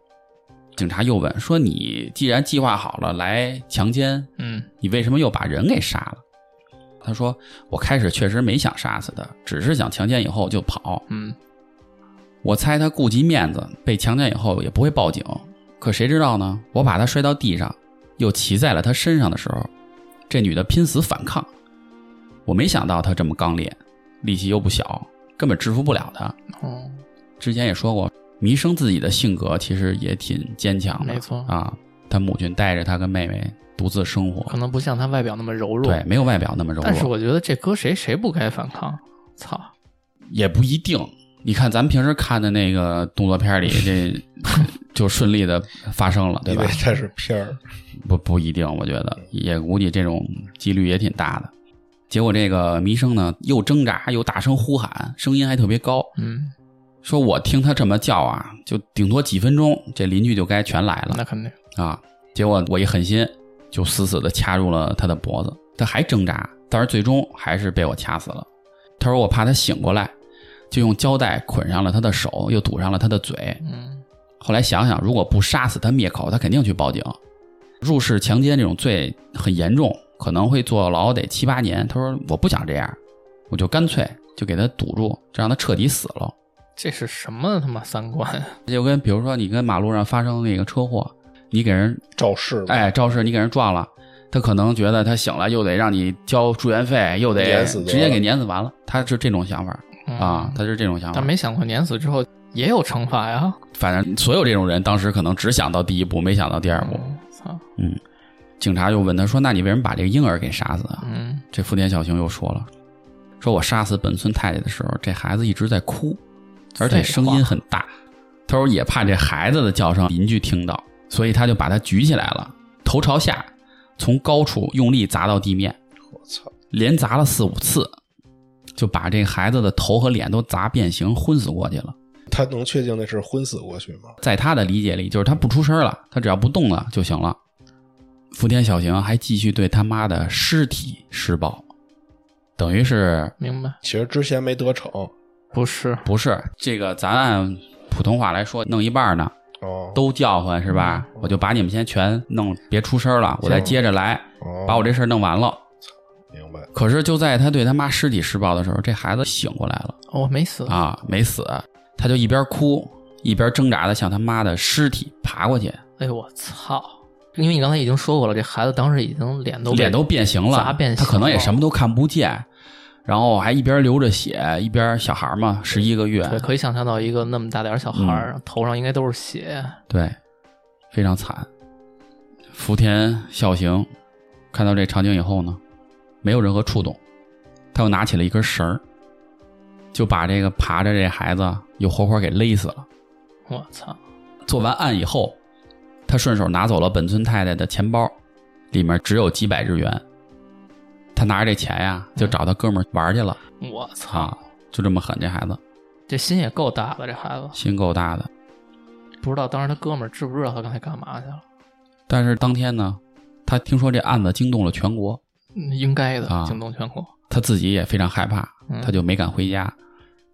[SPEAKER 2] 警察又问说：“你既然计划好了来强奸
[SPEAKER 1] 嗯
[SPEAKER 2] 你为什么又把人给杀了？他说：“我开始确实没想杀死他，只是想强奸以后就跑。
[SPEAKER 1] 嗯
[SPEAKER 2] 我猜他顾及面子，被强奸以后也不会报警。可谁知道呢？我把他摔到地上，又骑在了他身上的时候，这女的拼死反抗。我没想到她这么刚烈，力气又不小，根本制服不了她。
[SPEAKER 1] 哦，
[SPEAKER 2] 之前也说过，弥生自己的性格其实也挺坚强的，
[SPEAKER 1] 没错
[SPEAKER 2] 啊。他母亲带着他跟妹妹独自生活
[SPEAKER 1] 可，能不像他外表那么柔弱。
[SPEAKER 2] 对，没有外表那么柔弱。
[SPEAKER 1] 但是我觉得这搁谁谁不该反抗？操！
[SPEAKER 2] 也不一定。你看咱们平时看的那个动作片里，这就顺利的发生了，对
[SPEAKER 3] 因
[SPEAKER 2] 吧
[SPEAKER 3] 为？这是片儿，
[SPEAKER 2] 不不一定，我觉得也估计这种几率也挺大的。结果这个弥生呢，又挣扎又大声呼喊，声音还特别高，
[SPEAKER 1] 嗯，
[SPEAKER 2] 说我听他这么叫啊，就顶多几分钟，这邻居就该全来了
[SPEAKER 1] 那肯定。
[SPEAKER 2] 啊。结果我一狠心，就死死的掐住了他的脖子，他还挣扎，但是最终还是被我掐死了。他说我怕他醒过来，就用胶带捆上了他的手，又堵上了他的嘴。
[SPEAKER 1] 嗯
[SPEAKER 2] 后来想想，如果不杀死他灭口，他肯定去报警。入室强奸这种罪很严重，可能会坐牢得七八年。他说我不想这样，我就干脆就给他堵住，就让他彻底死了。，
[SPEAKER 1] 这是什么他妈三观？
[SPEAKER 2] 就跟比如说你跟马路上发生那个车祸，你给人
[SPEAKER 3] 肇事了，
[SPEAKER 2] 哎，肇事你给人撞了，他可能觉得他醒了又得让你交住院费，又得
[SPEAKER 3] 碾死
[SPEAKER 2] 直
[SPEAKER 3] 得
[SPEAKER 2] 接
[SPEAKER 3] 了
[SPEAKER 2] 给碾死完了，他是这种想法
[SPEAKER 1] 嗯
[SPEAKER 2] 啊，他是这种想法
[SPEAKER 1] 但。没想过碾死之后也有惩罚呀。
[SPEAKER 2] 反正所有这种人当时可能只想到第一步，没想到第二步。
[SPEAKER 1] 嗯操！
[SPEAKER 2] 警察就问他说：“那你为什么把这个婴儿给杀死啊？”
[SPEAKER 1] 嗯
[SPEAKER 2] 这福田小晴又说了：“说我杀死本村太太的时候，这孩子一直在哭，而且声音很大。他说也怕这孩子的叫声邻居听到，所以他就把他举起来了，头朝下，从高处用力砸到地面，
[SPEAKER 3] 我操，
[SPEAKER 2] 连砸了四五次，就把这孩子的头和脸都砸变形，昏死过去了。
[SPEAKER 3] 他能确定那是昏死过去吗？
[SPEAKER 2] 在他的理解里，就是他不出声了，他只要不动了就行了。福田小晴还继续对他妈的尸体施暴，等于是
[SPEAKER 1] 明白。
[SPEAKER 3] 其实之前没得逞
[SPEAKER 1] 不是，
[SPEAKER 2] 不是这个？咱按普通话来说，弄一半呢，
[SPEAKER 3] 哦，
[SPEAKER 2] 都叫唤是吧？我就把你们先全弄，别出声了，我再接着来，
[SPEAKER 3] 哦
[SPEAKER 2] 把我这事儿弄完了。
[SPEAKER 3] 明白，
[SPEAKER 2] 可是就在他对他妈尸体施暴的时候，这孩子醒过来了
[SPEAKER 1] 哦我没死。
[SPEAKER 2] 啊，没死，他就一边哭一边挣扎的向他妈的尸体爬过去，
[SPEAKER 1] 哎呦我操！因为你刚才已经说过了，这孩子当时已经脸都被
[SPEAKER 2] 脸都变形了
[SPEAKER 1] 砸，变形
[SPEAKER 2] 他
[SPEAKER 1] 了
[SPEAKER 2] 可能也什么都看不见，然后还一边流着血，一边小孩嘛，十一个月，
[SPEAKER 1] 对，可以想象到一个那么大点儿小孩儿、头上应该都是血，
[SPEAKER 2] 对，非常惨。福田孝行看到这场景以后呢，没有任何触动，他又拿起了一根绳儿，就把这个爬着这孩子又活活给勒死了。
[SPEAKER 1] 我操！
[SPEAKER 2] 做完案以后，他顺手拿走了本村太太的钱包，里面只有几百日元。他拿着这钱呀、就找他哥们儿玩去了。
[SPEAKER 1] 我操！
[SPEAKER 2] 操，就这么狠，这孩子
[SPEAKER 1] 这心也够大的，这孩子
[SPEAKER 2] 心够大的。
[SPEAKER 1] 不知道当时他哥们儿知不知道他刚才干嘛去了？
[SPEAKER 2] 但是当天呢，他听说这案子惊动了全国，
[SPEAKER 1] 嗯应该的
[SPEAKER 2] 啊，
[SPEAKER 1] 惊动全国。
[SPEAKER 2] 他自己也非常害怕，
[SPEAKER 1] 嗯
[SPEAKER 2] 他就没敢回家，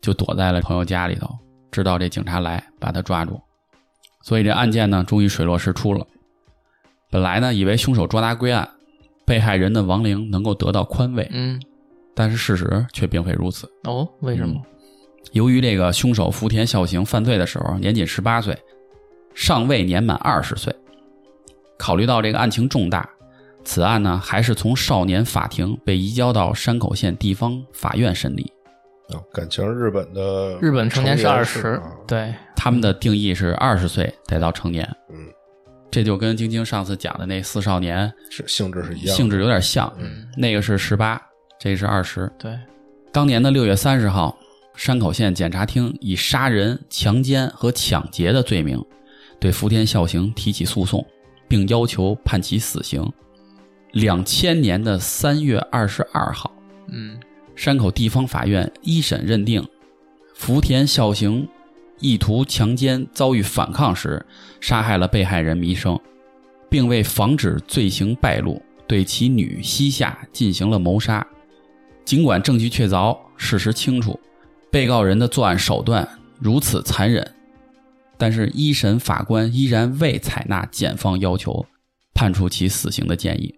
[SPEAKER 2] 就躲在了朋友家里头，直到这警察来把他抓住。所以这案件呢，终于水落石出了。本来呢，以为凶手抓拿归案，被害人的亡灵能够得到宽慰，
[SPEAKER 1] 嗯，
[SPEAKER 2] 但是事实却并非如此。
[SPEAKER 1] 哦，为什
[SPEAKER 2] 嗯
[SPEAKER 1] 么？
[SPEAKER 2] 由于这个凶手福田孝行犯罪的时候年仅十八岁，尚未年满二十岁，考虑到这个案情重大，此案呢还是从少年法庭被移交到山口县地方法院审理。
[SPEAKER 3] 啊，感情日本的
[SPEAKER 1] 日本成年是二
[SPEAKER 3] 成
[SPEAKER 1] 十
[SPEAKER 3] 年是啊，
[SPEAKER 2] 嗯
[SPEAKER 1] 对，
[SPEAKER 2] 他们的定义是二十岁才到成年，
[SPEAKER 3] 嗯，
[SPEAKER 2] 这就跟晶晶上次讲的那四少年
[SPEAKER 3] 是性质是一样的，
[SPEAKER 2] 性质有点像，
[SPEAKER 1] 嗯，
[SPEAKER 2] 那个是十八，这是二十。
[SPEAKER 1] 对，
[SPEAKER 2] 当年的六月三十号，山口县检察厅以杀人、强奸和抢劫的罪名，对福田孝行提起诉讼，并要求判其死刑。两千年的三月二十二号，
[SPEAKER 1] 嗯，
[SPEAKER 2] 山口地方法院一审认定，福田孝行意图强奸遭遇反抗时，杀害了被害人弥生，并为防止罪行败露，对其女西夏进行了谋杀。尽管证据确凿，事实清楚，被告人的作案手段如此残忍，但是一审法官依然未采纳检方要求，判处其死刑的建议。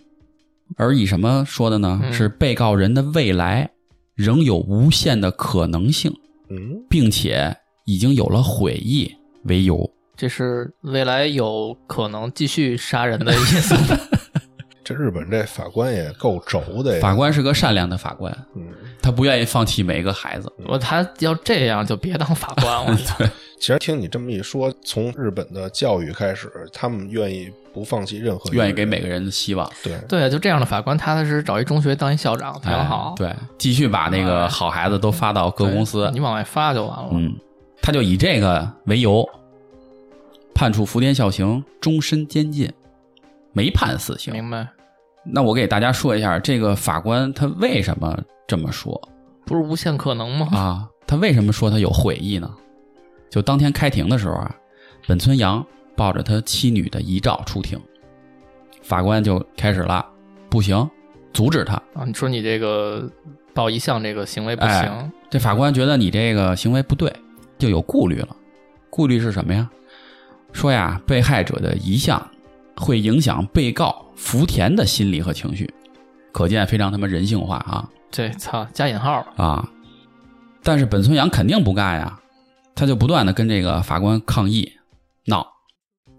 [SPEAKER 2] 而以什么说的呢？
[SPEAKER 1] 嗯
[SPEAKER 2] 是被告人的未来仍有无限的可能性，
[SPEAKER 3] 嗯，
[SPEAKER 2] 并且已经有了悔意为由。
[SPEAKER 1] 这是未来有可能继续杀人的意思。
[SPEAKER 3] 这日本这法官也够轴的呀，
[SPEAKER 2] 法官是个善良的法官，
[SPEAKER 3] 嗯，
[SPEAKER 2] 他不愿意放弃每一个孩子。
[SPEAKER 1] 我他要这样就别当法官， 我操！
[SPEAKER 3] 其实听你这么一说，从日本的教育开始，他们愿意不放弃任何一个人，
[SPEAKER 2] 愿意给每个人希望，
[SPEAKER 3] 对
[SPEAKER 1] 对，啊就这样的法官，踏踏实实找一中学当一校长，非常
[SPEAKER 2] 哎
[SPEAKER 1] 好。
[SPEAKER 2] 对，继续把那个好孩子都发到各
[SPEAKER 1] 对，
[SPEAKER 2] 公司，
[SPEAKER 1] 你往外发就完了。
[SPEAKER 2] 嗯，他就以这个为由，判处福田孝行终身监禁，没判死刑。
[SPEAKER 1] 明白，
[SPEAKER 2] 那我给大家说一下，这个法官他为什么这么说
[SPEAKER 1] 不是无限可能吗？
[SPEAKER 2] 啊？他为什么说他有悔意呢？就当天开庭的时候啊，本村阳抱着他妻女的遗照出庭，法官就开始了，不行，阻止他。
[SPEAKER 1] 啊，你说你这个报一项这个行为不
[SPEAKER 2] 哎
[SPEAKER 1] 行，
[SPEAKER 2] 这法官觉得你这个行为不对，就有顾虑了。顾虑是什么呀？说呀，被害者的遗像会影响被告福田的心理和情绪，可见非常他妈人性化啊
[SPEAKER 1] 这操加引号了，
[SPEAKER 2] 啊！但是本村阳肯定不干呀，他就不断的跟这个法官抗议闹，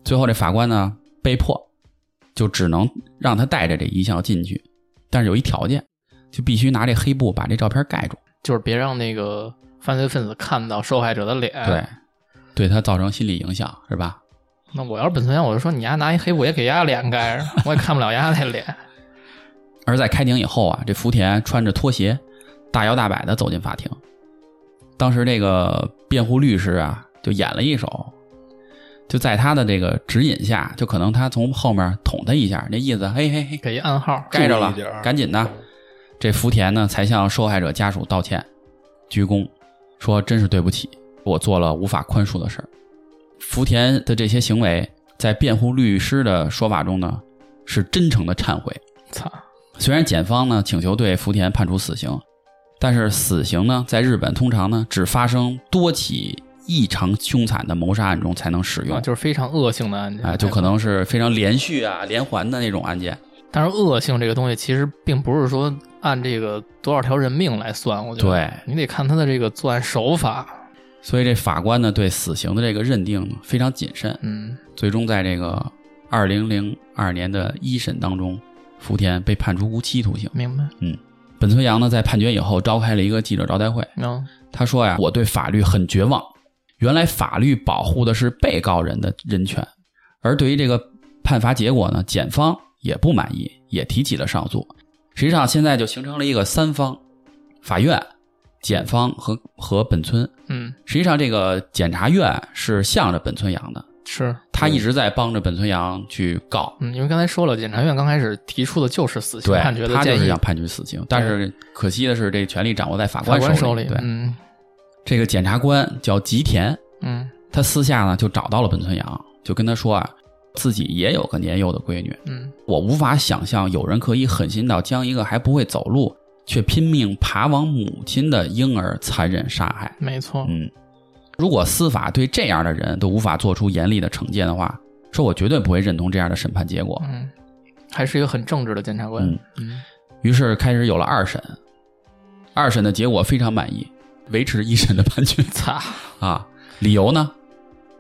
[SPEAKER 2] 最后这法官呢被迫就只能让他带着这遗像进去，但是有一条件，就必须拿这黑布把这照片盖住。
[SPEAKER 1] 就是别让那个犯罪分子看到受害者的脸。
[SPEAKER 2] 对，，对他造成心理影响是吧？
[SPEAKER 1] 那我要是本村阳，我就说你丫拿一黑布也给丫脸盖上，我也看不了丫那脸。
[SPEAKER 2] 而在开庭以后啊，这福田穿着拖鞋，大摇大摆的走进法庭。当时这个辩护律师啊，就演了一手，就在他的这个指引下，就可能他从后面捅他一下，那意思，嘿嘿嘿，
[SPEAKER 1] 给一暗号，
[SPEAKER 2] 盖着了
[SPEAKER 3] 注意一点儿，
[SPEAKER 2] 赶紧的。这福田呢，才向受害者家属道歉，鞠躬，说真是对不起，我做了无法宽恕的事儿。福田的这些行为，在辩护律师的说法中呢，是真诚的忏悔。
[SPEAKER 1] 操，
[SPEAKER 2] 虽然检方呢请求对福田判处死刑，但是死刑呢，在日本通常呢只发生多起异常凶残的谋杀案中才能使用，
[SPEAKER 1] 啊，就是非常恶性的案件，
[SPEAKER 2] 哎，就可能是非常连续啊、连环的那种案件。
[SPEAKER 1] 但是恶性这个东西其实并不是说按这个多少条人命来算，我觉得
[SPEAKER 2] 对
[SPEAKER 1] 你得看他的这个作案手法。
[SPEAKER 2] 所以这法官呢对死刑的这个认定呢非常谨慎，
[SPEAKER 1] 嗯
[SPEAKER 2] 最终在这个二零零二年的一审当中，福田被判处无期徒刑。
[SPEAKER 1] 明白。
[SPEAKER 2] 本村阳呢在判决以后召开了一个记者招待会，
[SPEAKER 1] 嗯
[SPEAKER 2] 他说呀：“我对法律很绝望，原来法律保护的是被告人的人权，而对于这个判罚结果呢，检方也不满意，也提起了上诉。实际上，现在就形成了一个三方：法院、检方和和本村。
[SPEAKER 1] 嗯，
[SPEAKER 2] 实际上，这个检察院是向着本村阳的，
[SPEAKER 1] 是，
[SPEAKER 2] 他一直在帮着本村阳去告。
[SPEAKER 1] 嗯，因为刚才说了，检察院刚开始提出的就是死刑
[SPEAKER 2] 对，
[SPEAKER 1] 判决的
[SPEAKER 2] 他就
[SPEAKER 1] 建
[SPEAKER 2] 是
[SPEAKER 1] 议
[SPEAKER 2] 想，判决死刑，但是可惜的是，这权力掌握在法
[SPEAKER 1] 法
[SPEAKER 2] 官
[SPEAKER 1] 官手
[SPEAKER 2] 里。对，
[SPEAKER 1] 嗯
[SPEAKER 2] 这个检察官叫吉田，
[SPEAKER 1] 嗯
[SPEAKER 2] 他私下呢就找到了本村阳，就跟他说啊，自己也有个年幼的闺女，
[SPEAKER 1] 嗯
[SPEAKER 2] 我无法想象有人可以狠心到将一个还不会走路却拼命爬往母亲的婴儿残忍杀害。
[SPEAKER 1] 没错，
[SPEAKER 2] 嗯，如果司法对这样的人都无法做出严厉的惩戒的话，说我绝对不会认同这样的审判结果。
[SPEAKER 1] 嗯，还是一个很正直的检察官。
[SPEAKER 2] 嗯
[SPEAKER 1] 嗯
[SPEAKER 2] 于是开始有了二审，二审的结果非常满意，维持一审的判决。
[SPEAKER 1] 擦，
[SPEAKER 2] 啊，理由呢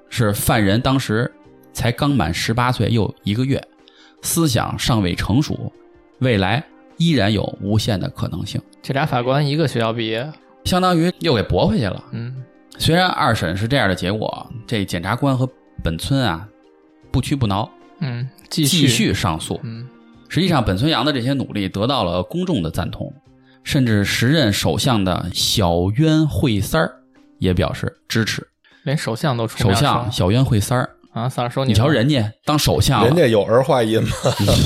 [SPEAKER 2] 是犯人当时才刚满十八岁又一个月，思想尚未成熟，未来依然有无限的可能性，
[SPEAKER 1] 这俩法官一个学校毕业，
[SPEAKER 2] 相当于又给驳回去了。
[SPEAKER 1] 嗯
[SPEAKER 2] 虽然二审是这样的结果，这检察官和本村啊不屈不挠，
[SPEAKER 1] 嗯，继
[SPEAKER 2] 继
[SPEAKER 1] 续，
[SPEAKER 2] 上诉。
[SPEAKER 1] 嗯
[SPEAKER 2] 实际上，本村阳的这些努力得到了公众的赞同，甚至时任首相的小渊惠三儿也表示支持。
[SPEAKER 1] 连首相都出
[SPEAKER 2] 首
[SPEAKER 1] 面说
[SPEAKER 2] 相小渊惠三儿
[SPEAKER 1] 啊，三儿说
[SPEAKER 2] 你瞧
[SPEAKER 1] 吧，
[SPEAKER 2] 人家当首相了，
[SPEAKER 3] 人家有儿化音吗？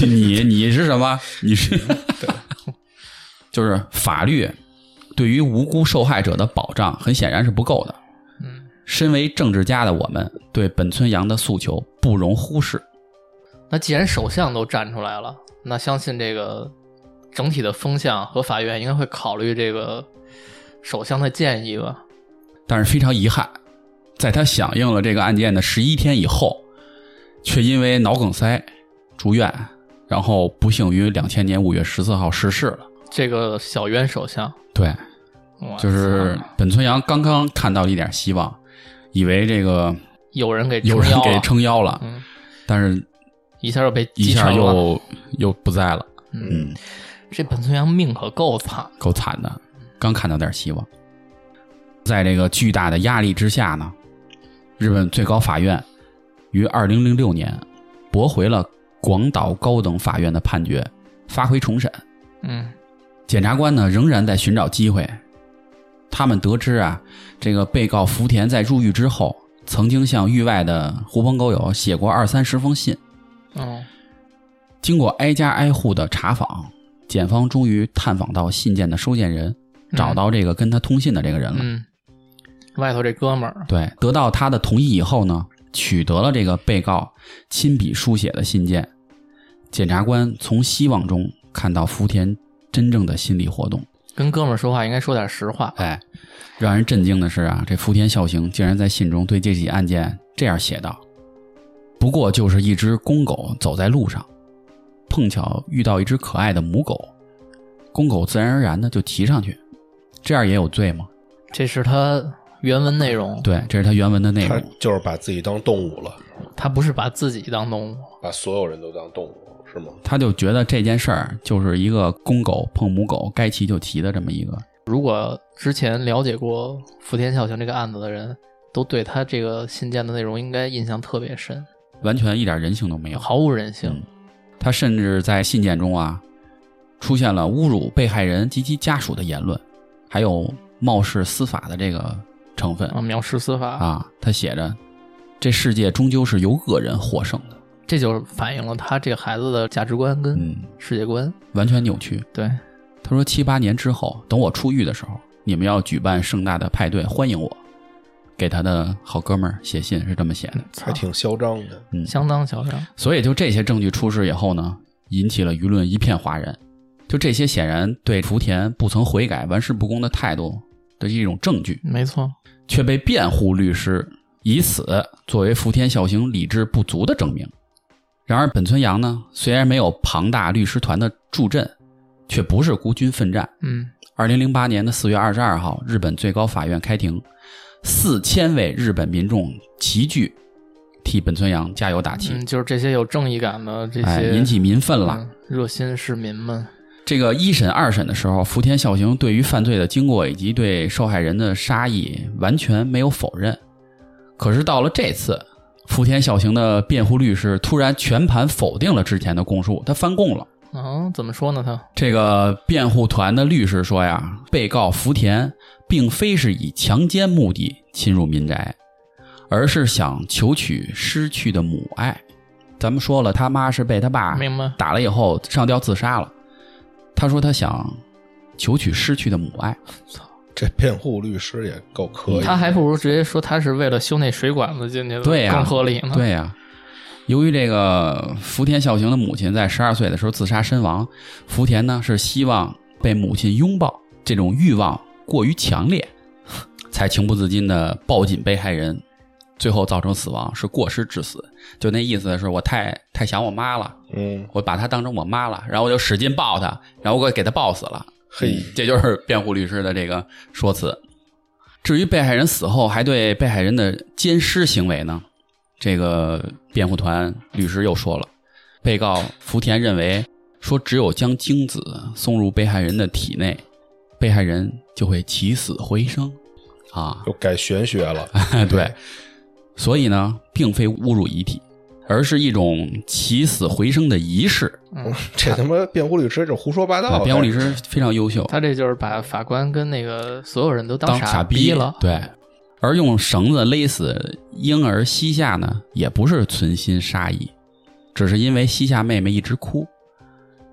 [SPEAKER 2] 你 你你是什么？你是 就是法律对于无辜受害者的保障，很显然是不够的。
[SPEAKER 1] 嗯，
[SPEAKER 2] 身为政治家的我们，对本村阳的诉求不容忽视。
[SPEAKER 1] 那既然首相都站出来了，那相信这个整体的风向和法院应该会考虑这个首相的建议吧？
[SPEAKER 2] 但是非常遗憾，在他响应了这个案件的十一天以后，却因为脑梗塞住院，然后不幸于两千年五月十四号逝世了。
[SPEAKER 1] 这个小渊首相，
[SPEAKER 2] 对，
[SPEAKER 1] 哇
[SPEAKER 2] 就是
[SPEAKER 1] 操
[SPEAKER 2] 本村阳刚刚看到了一点希望，以为这个
[SPEAKER 1] 有人给
[SPEAKER 2] 有人
[SPEAKER 1] 撑腰
[SPEAKER 2] 给
[SPEAKER 1] 了，
[SPEAKER 2] 撑腰了，
[SPEAKER 1] 嗯，
[SPEAKER 2] 但是
[SPEAKER 1] 一下就被
[SPEAKER 2] 一
[SPEAKER 1] 击
[SPEAKER 2] 下
[SPEAKER 1] 沉了。
[SPEAKER 2] 又又不在了，
[SPEAKER 1] 嗯，
[SPEAKER 2] 嗯，
[SPEAKER 1] 这本村阳命可够惨，
[SPEAKER 2] 够惨的。刚看到点希望，在这个巨大的压力之下呢，日本最高法院于二零零六年驳回了广岛高等法院的判决，发回重审。
[SPEAKER 1] 嗯
[SPEAKER 2] 检察官呢仍然在寻找机会。他们得知啊，这个被告福田在入狱之后，曾经向狱外的狐朋狗友写过二三十封信，
[SPEAKER 1] 嗯
[SPEAKER 2] 经过挨家挨户的查访，检方终于探访到信件的收件人，找到这个跟他通信的这个人了。
[SPEAKER 1] 嗯，外头这哥们儿，
[SPEAKER 2] 对，得到他的同意以后呢，取得了这个被告亲笔书写的信件。检察官从希望中看到福田真正的心理活动。
[SPEAKER 1] 跟哥们儿说话应该说点实话，
[SPEAKER 2] 哎，让人震惊的是啊，这福田孝行竟然在信中对这起案件这样写道：“不过就是一只公狗走在路上，碰巧遇到一只可爱的母狗，公狗自然而然的就骑上去，这样也有罪吗
[SPEAKER 1] 这是他原文内容，？”，
[SPEAKER 2] 对，这是他原文的内
[SPEAKER 3] 他
[SPEAKER 2] 容。
[SPEAKER 3] 就是把自己当动物了，
[SPEAKER 1] 他不是把自己当动物，
[SPEAKER 3] 把所有人都当动物，是吗？
[SPEAKER 2] 他就觉得这件事儿就是一个公狗碰母狗，该骑就骑的这么一个。
[SPEAKER 1] 如果之前了解过福田孝行这个案子的人，都对他这个信件的内容应该印象特别深，
[SPEAKER 2] 完全一点人性都没有。
[SPEAKER 1] 毫无人性。
[SPEAKER 2] 嗯他甚至在信件中啊，出现了侮辱被害人及其家属的言论，还有冒视司法的这个成分
[SPEAKER 1] 啊，藐视司法，
[SPEAKER 2] 啊。他写着：“这世界终究是由恶人获胜的。
[SPEAKER 1] 这就反映了他这个孩子的价值观”跟
[SPEAKER 2] 嗯，
[SPEAKER 1] 世界观。
[SPEAKER 2] 完全扭曲。
[SPEAKER 1] 对，
[SPEAKER 2] 他说：“七八年之后，等我出狱的时候，你们要举办盛大的派对欢迎我。”给他的好哥们儿写信是这么写的。
[SPEAKER 1] 啊
[SPEAKER 3] 还挺嚣张的。
[SPEAKER 2] 嗯，
[SPEAKER 1] 相当嚣张。
[SPEAKER 2] 所以就这些证据出示以后呢，引起了舆论一片哗然。就这些显然对福田不曾悔改、玩世不恭的态度的一种证据，
[SPEAKER 1] 没错，
[SPEAKER 2] 却被辩护律师以此作为福田孝行理智不足的证明。然而，本村阳呢，虽然没有庞大律师团的助阵，却不是孤军奋战。
[SPEAKER 1] 嗯
[SPEAKER 2] 二零零八年的四月二十二号，日本最高法院开庭，四千位日本民众齐聚，替本村阳加油打气，
[SPEAKER 1] 嗯，就是这些有正义感的这
[SPEAKER 2] 哎，
[SPEAKER 1] 些
[SPEAKER 2] 引起民愤了。
[SPEAKER 1] 嗯热心市民们，
[SPEAKER 2] 这个一审、二审的时候，福田孝行对于犯罪的经过以及对受害人的杀意完全没有否认。可是到了这次，福田孝行的辩护律师突然全盘否定了之前的供述，他翻供了。
[SPEAKER 1] 嗯，怎么说呢？他
[SPEAKER 2] 这个辩护团的律师说呀，被告福田并非是以强奸目的侵入民宅，而是想求取失去的母爱。咱们说了，他妈是被他爸
[SPEAKER 1] 明白
[SPEAKER 2] 打了以后上吊自杀了。他说他想求取失去的母爱，
[SPEAKER 3] 这辩护律师也够可以。
[SPEAKER 1] 他还不如直接说他是为了修那水管子进去的，
[SPEAKER 2] 对呀啊
[SPEAKER 1] 更合理呢。
[SPEAKER 2] 对呀、由于这个福田孝行的母亲在十二岁的时候自杀身亡，福田呢是希望被母亲拥抱，这种欲望过于强烈，才情不自禁的抱紧被害人，最后造成死亡，是过失致死。就那意思是我太太想我妈了，
[SPEAKER 3] 嗯，
[SPEAKER 2] 我把她当成我妈了，然后我就使劲抱她，然后我给她抱死了。
[SPEAKER 3] 嘿
[SPEAKER 2] 嗯，这就是辩护律师的这个说辞。至于被害人死后还对被害人的奸尸行为呢，这个辩护团律师又说了，被告福田认为说只有将精子送入被害人的体内，被害人就会起死回生 啊，
[SPEAKER 3] 又改玄学了。
[SPEAKER 2] 对，所以呢，并非侮辱遗体，而是一种起死回生的仪式。
[SPEAKER 1] 嗯，
[SPEAKER 3] 这他妈辩护律师就胡说八
[SPEAKER 2] 啊
[SPEAKER 3] 道。
[SPEAKER 2] 辩护律师非常优秀，
[SPEAKER 1] 他这就是把法官跟那个所有人都
[SPEAKER 2] 当
[SPEAKER 1] 傻逼了。
[SPEAKER 2] 对，而用绳子勒死婴儿西夏呢，也不是存心杀意，只是因为西夏妹妹一直哭，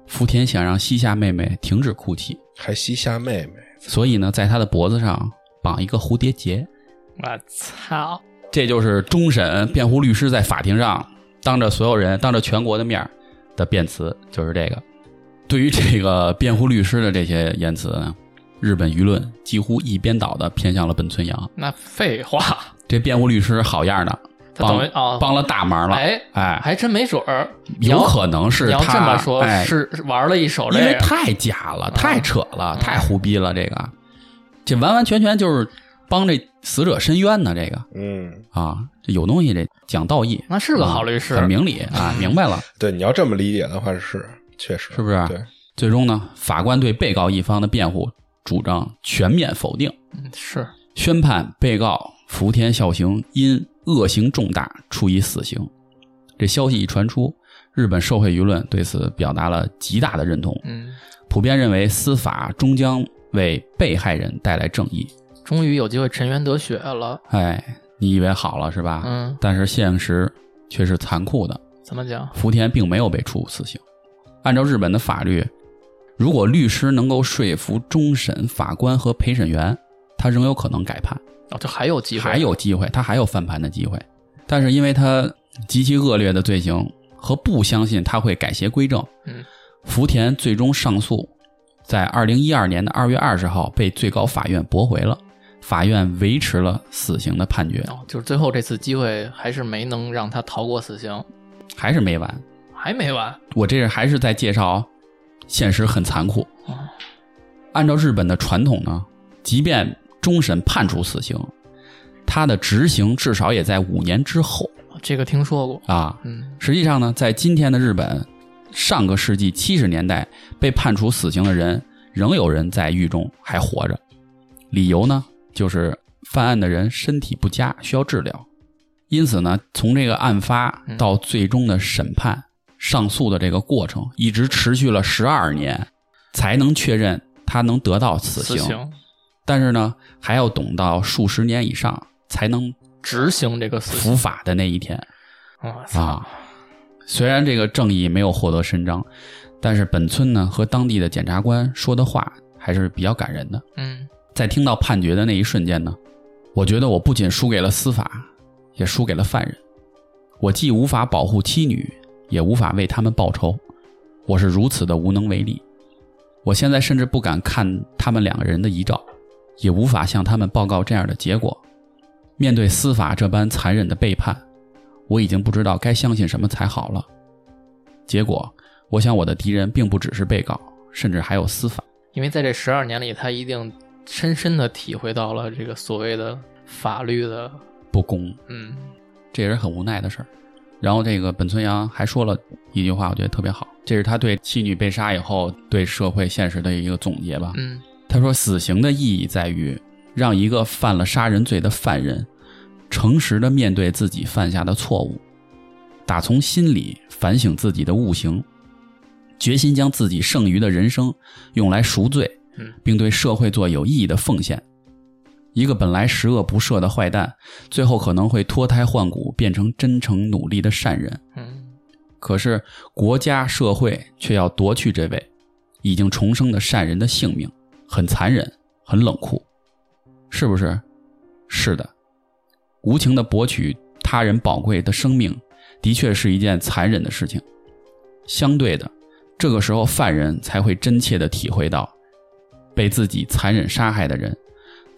[SPEAKER 2] 福田想让西夏妹妹停止哭泣，
[SPEAKER 3] 还西夏妹妹，
[SPEAKER 2] 所以呢，在她的脖子上绑一个蝴蝶结。
[SPEAKER 1] 我操！
[SPEAKER 2] 这就是终审辩护律师在法庭上当着所有人、当着全国的面儿的辩词，就是这个。对于这个辩护律师的这些言辞呢，日本舆论几乎一边倒的偏向了本村阳。
[SPEAKER 1] 那废话，
[SPEAKER 2] 这辩护律师好样的，
[SPEAKER 1] 他
[SPEAKER 2] 帮
[SPEAKER 1] 等于哦，
[SPEAKER 2] 帮了大忙了，
[SPEAKER 1] 哎
[SPEAKER 2] 哎，
[SPEAKER 1] 还真没准儿，你
[SPEAKER 2] 有
[SPEAKER 1] 要
[SPEAKER 2] 可能是
[SPEAKER 1] 你要
[SPEAKER 2] 他
[SPEAKER 1] 这么说，
[SPEAKER 2] 哎
[SPEAKER 1] 是是玩了一手啊这
[SPEAKER 2] 因为
[SPEAKER 1] 个。嗯
[SPEAKER 2] 太假了，太扯了，太胡逼了，这个这完完全全就是帮这死者申冤呢，这个
[SPEAKER 3] 嗯，
[SPEAKER 2] 啊，这有东西这讲道义，
[SPEAKER 1] 那是个好律师
[SPEAKER 2] 啊很明理 啊，明白了。
[SPEAKER 3] 对，你要这么理解的话是，确实
[SPEAKER 2] 是啊不是
[SPEAKER 3] 对，
[SPEAKER 2] 最终呢，法官对被告一方的辩护主张全面否定，
[SPEAKER 1] 嗯是，
[SPEAKER 2] 宣判被告福田孝行因恶行重大，处以死刑。这消息一传出，日本社会舆论对此表达了极大的认同，
[SPEAKER 1] 嗯，
[SPEAKER 2] 普遍认为司法终将为被害人带来正义。
[SPEAKER 1] 终于有机会沉冤得雪了。
[SPEAKER 2] 哎，你以为好了是吧？
[SPEAKER 1] 嗯，
[SPEAKER 2] 但是现实却是残酷的，
[SPEAKER 1] 怎么讲？
[SPEAKER 2] 福田并没有被处死刑。按照日本的法律，如果律师能够说服终审法官和陪审员，他仍有可能改判，
[SPEAKER 1] 哦，这还有机会，
[SPEAKER 2] 还有机会，他还有翻盘的机会。但是因为他极其恶劣的罪行和不相信他会改邪归正，
[SPEAKER 1] 嗯，
[SPEAKER 2] 福田最终上诉，在二零一二年的二月二十号被最高法院驳回了，法院维持了死刑的判决，
[SPEAKER 1] 哦，就是最后这次机会还是没能让他逃过死刑，
[SPEAKER 2] 还是没完。
[SPEAKER 1] 还没完。
[SPEAKER 2] 我这是还是在介绍，现实很残酷
[SPEAKER 1] 哦。
[SPEAKER 2] 按照日本的传统呢，即便终审判处死刑，它的执行至少也在五年之后
[SPEAKER 1] 哦这个听说过，
[SPEAKER 2] 啊。
[SPEAKER 1] 嗯，
[SPEAKER 2] 实际上呢，在今天的日本，上个世纪七十年代被判处死刑的人，仍有人在狱中还活着。理由呢，就是犯案的人身体不佳，需要治疗。因此呢，从这个案发
[SPEAKER 1] 嗯
[SPEAKER 2] 到最终的审判、上诉的这个过程，一直持续了十二年，才能确认他能得到死
[SPEAKER 1] 死
[SPEAKER 2] 刑。
[SPEAKER 1] 刑
[SPEAKER 2] 但是呢，还要等到数十年以上才能
[SPEAKER 1] 执行这个死刑，
[SPEAKER 2] 伏法的那一天。
[SPEAKER 1] 我操，
[SPEAKER 2] 啊。虽然这个正义没有获得伸张，但是本村呢和当地的检察官说的话还是比较感人的。
[SPEAKER 1] 嗯，
[SPEAKER 2] 在听到判决的那一瞬间呢，我觉得我不仅输给了司法，也输给了犯人。我既无法保护妻女，也无法为他们报仇，我是如此的无能为力。我现在甚至不敢看他们两个人的遗照，也无法向他们报告这样的结果。面对司法这般残忍的背叛，我已经不知道该相信什么才好了。结果，我想我的敌人并不只是被告，甚至还有司法。
[SPEAKER 1] 因为在这十二年里，他一定深深的体会到了这个所谓的法律的，
[SPEAKER 2] 不公，
[SPEAKER 1] 嗯
[SPEAKER 2] 这也是很无奈的事儿。然后这个本村阳还说了一句话，我觉得特别好，这是他对妻女被杀以后对社会现实的一个总结吧。
[SPEAKER 1] 嗯
[SPEAKER 2] 他说，死刑的意义在于让一个犯了杀人罪的犯人诚实的面对自己犯下的错误，打从心里反省自己的误行，决心将自己剩余的人生用来赎罪
[SPEAKER 1] 嗯，
[SPEAKER 2] 并对社会做有意义的奉献。一个本来十恶不赦的坏蛋，最后可能会脱胎换骨，变成真诚努力的善人。
[SPEAKER 1] 嗯
[SPEAKER 2] 可是国家社会却要夺去这位已经重生的善人的性命，很残忍，很冷酷，是不是？是的，无情的博取他人宝贵的生命，的确是一件残忍的事情。相对的，这个时候犯人才会真切地体会到，被自己残忍杀害的人，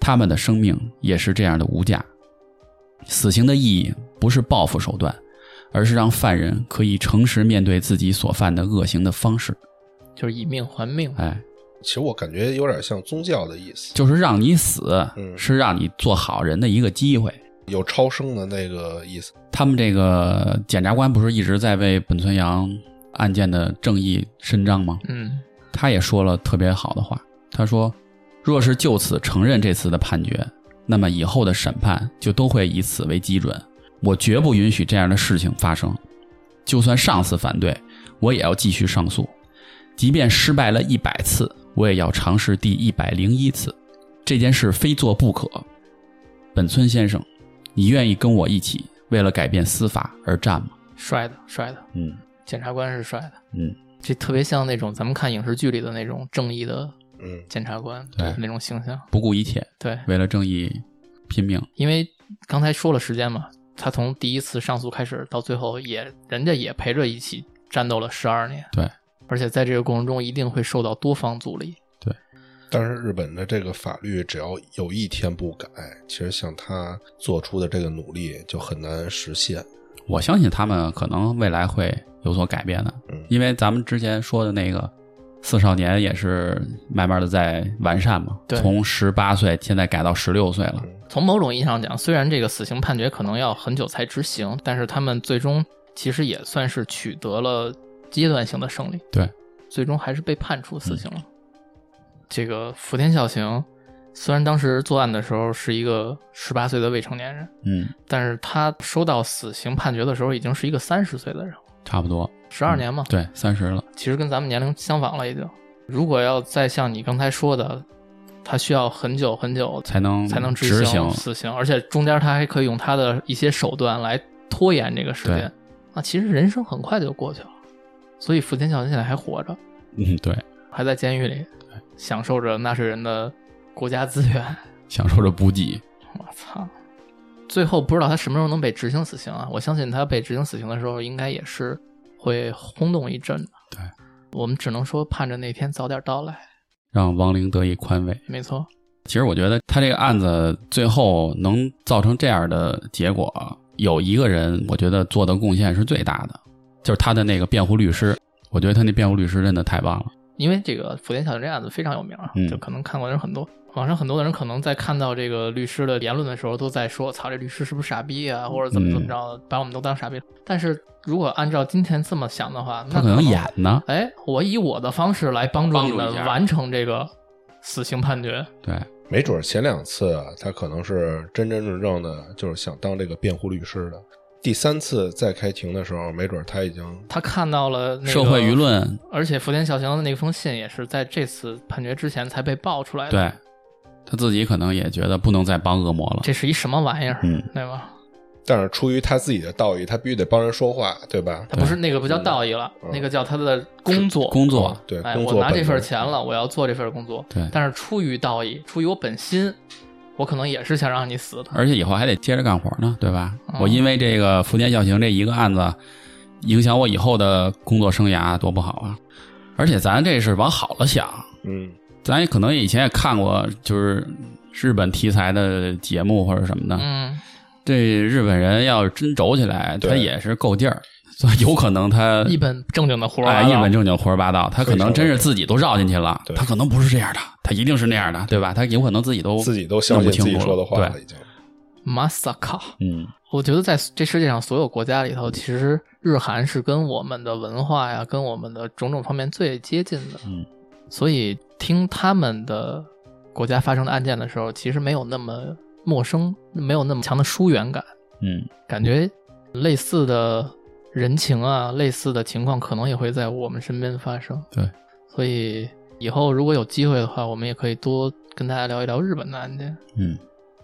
[SPEAKER 2] 他们的生命也是这样的无价。死刑的意义不是报复手段，而是让犯人可以诚实面对自己所犯的恶行的方式。
[SPEAKER 1] 就是以命还命，
[SPEAKER 2] 哎，
[SPEAKER 3] 其实我感觉有点像宗教的意思，
[SPEAKER 2] 就是让你死，
[SPEAKER 3] 嗯
[SPEAKER 2] 是让你做好人的一个机会。
[SPEAKER 3] 有超生的那个意思。
[SPEAKER 2] 他们这个检察官不是一直在为本村阳案件的正义伸张吗？
[SPEAKER 1] 嗯
[SPEAKER 2] 他也说了特别好的话，他说：“若是就此承认这次的判决，那么以后的审判就都会以此为基准。我绝不允许这样的事情发生。就算上司反对，我也要继续上诉，即便失败了一百次，我也要尝试第一百零一次。这件事非做不可。本村先生，你愿意跟我一起为了改变司法而战吗？”
[SPEAKER 1] 帅的帅的，
[SPEAKER 2] 嗯
[SPEAKER 1] 检察官是帅的，
[SPEAKER 2] 嗯，
[SPEAKER 1] 这特别像那种咱们看影视剧里的那种正义的
[SPEAKER 3] 嗯，
[SPEAKER 1] 检察官，
[SPEAKER 2] 对
[SPEAKER 1] 那种形象，
[SPEAKER 2] 不顾一切
[SPEAKER 1] 对，
[SPEAKER 2] 为了正义拼命。
[SPEAKER 1] 因为刚才说了时间嘛，他从第一次上诉开始到最后也，人家也陪着一起战斗了十二年，
[SPEAKER 2] 对，
[SPEAKER 1] 而且在这个过程中一定会受到多方阻力，
[SPEAKER 3] 但是日本的这个法律，只要有一天不改，其实像他做出的这个努力就很难实现。
[SPEAKER 2] 我相信他们可能未来会有所改变的
[SPEAKER 3] 嗯，
[SPEAKER 2] 因为咱们之前说的那个四少年也是慢慢的在完善嘛，
[SPEAKER 1] 对
[SPEAKER 2] 从十八岁现在改到十六岁了，
[SPEAKER 1] 从某种意义上讲，虽然这个死刑判决可能要很久才执行，但是他们最终其实也算是取得了阶段性的胜利。
[SPEAKER 2] 对，
[SPEAKER 1] 最终还是被判处死刑了。这个福田孝行虽然当时作案的时候是一个十八岁的未成年人，
[SPEAKER 2] 嗯，
[SPEAKER 1] 但是他收到死刑判决的时候已经是一个三十岁的人了，
[SPEAKER 2] 差不多，
[SPEAKER 1] 十二年嘛，
[SPEAKER 2] 对，三十了，
[SPEAKER 1] 其实跟咱们年龄相仿了已经。如果要再像你刚才说的，他需要很久很久
[SPEAKER 2] 才能
[SPEAKER 1] 才能执
[SPEAKER 2] 执行，
[SPEAKER 1] 死刑，而且中间他还可以用他的一些手段来拖延这个时间
[SPEAKER 2] 对。
[SPEAKER 1] 啊，其实人生很快就过去了，所以福田孝行现在还活着，
[SPEAKER 2] 嗯，对，
[SPEAKER 1] 还在监狱里，享受着纳税人的国家资源。
[SPEAKER 2] 享受着补给，
[SPEAKER 1] 我操！最后不知道他什么时候能被执行死刑啊！我相信他被执行死刑的时候，应该也是会轰动一阵的。
[SPEAKER 2] 对，
[SPEAKER 1] 我们只能说盼着那天早点到来。
[SPEAKER 2] 让亡灵得以宽慰。
[SPEAKER 1] 没错，
[SPEAKER 2] 其实我觉得他这个案子最后能造成这样的结果，有一个人我觉得做的贡献是最大的，就是他的那个辩护律师。我觉得他那辩护律师真的太棒了。
[SPEAKER 1] 因为这个福田小镇这案子非常有名啊，
[SPEAKER 2] 嗯
[SPEAKER 1] 就可能看过的人很多。网上很多的人可能在看到这个律师的言论的时候，都在说：“操，这律师是不是傻逼啊？或者怎么
[SPEAKER 2] 嗯
[SPEAKER 1] 怎么着，把我们都当傻逼。”但是如果按照今天这么想的话，
[SPEAKER 2] 他
[SPEAKER 1] 那
[SPEAKER 2] 可能演呢。
[SPEAKER 1] 哎，我以我的方式来帮助
[SPEAKER 2] 帮助
[SPEAKER 1] 你们
[SPEAKER 2] 一下
[SPEAKER 1] 完成这个死刑判决。
[SPEAKER 2] 对，
[SPEAKER 3] 没准儿前两次啊，他可能是真真正正的，就是想当这个辩护律师的。第三次再开庭的时候，没准儿他已经
[SPEAKER 1] 他看到了、那个、
[SPEAKER 2] 社会舆，论，
[SPEAKER 1] 而且福田孝行的那封信也是在这次判决之前才被爆出来的。，
[SPEAKER 2] 对他自己可能也觉得不能再帮恶魔了。
[SPEAKER 1] 这是一什么玩意儿？
[SPEAKER 2] 嗯
[SPEAKER 1] 对吧？
[SPEAKER 3] 但是出于他自己的道义，他必须得帮人说话，对吧？
[SPEAKER 1] 他不是那个不叫道义了，
[SPEAKER 3] 嗯
[SPEAKER 1] 那个叫他的工作。
[SPEAKER 2] 工作
[SPEAKER 3] 对，
[SPEAKER 1] 哎，
[SPEAKER 3] 工
[SPEAKER 1] 我
[SPEAKER 3] 作
[SPEAKER 1] 拿
[SPEAKER 3] 本
[SPEAKER 1] 这份
[SPEAKER 3] 能
[SPEAKER 1] 钱了，我要做这份工作。
[SPEAKER 2] 对
[SPEAKER 1] 但是出于道义，出于我本心，我可能也是想让你死的。
[SPEAKER 2] 而且以后还得接着干活呢，对吧？
[SPEAKER 1] 嗯
[SPEAKER 2] 我因为这个福建孝行这一个案子，影响我以后的工作生涯，多不好啊！而且咱这是往好了想，
[SPEAKER 3] 嗯，
[SPEAKER 2] 咱也可能以前也看过，就是日本题材的节目或者什么的。
[SPEAKER 1] 嗯，
[SPEAKER 2] 这日本人要是真轴起来，他
[SPEAKER 3] 对
[SPEAKER 2] 也是够劲儿，所以有可能他
[SPEAKER 1] 一本正经的活儿
[SPEAKER 2] 哎，
[SPEAKER 1] 完了
[SPEAKER 2] 一本正经胡说八道，他可能真是自己都绕进去了
[SPEAKER 3] 对，
[SPEAKER 2] 他可能不是这样的，他一定是那样的，对吧？他有可能自己都
[SPEAKER 3] 自己都
[SPEAKER 2] 弄
[SPEAKER 3] 相
[SPEAKER 2] 不
[SPEAKER 3] 信自
[SPEAKER 2] 清
[SPEAKER 3] 己
[SPEAKER 2] 楚
[SPEAKER 3] 说的
[SPEAKER 2] 了，
[SPEAKER 3] 话
[SPEAKER 2] 对
[SPEAKER 3] 了，已经。
[SPEAKER 1] Masaka。
[SPEAKER 2] 嗯
[SPEAKER 1] 我觉得在这世界上所有国家里头，其实日韩是跟我们的文化呀，跟我们的种种方面最接近的。
[SPEAKER 2] 嗯，
[SPEAKER 1] 所以听他们的国家发生的案件的时候，其实没有那么陌生，没有那么强的疏远感，
[SPEAKER 2] 嗯
[SPEAKER 1] 感觉类似的人情啊，类似的情况可能也会在我们身边发生。
[SPEAKER 2] 对，
[SPEAKER 1] 所以以后如果有机会的话，我们也可以多跟大家聊一聊日本的案件。
[SPEAKER 2] 嗯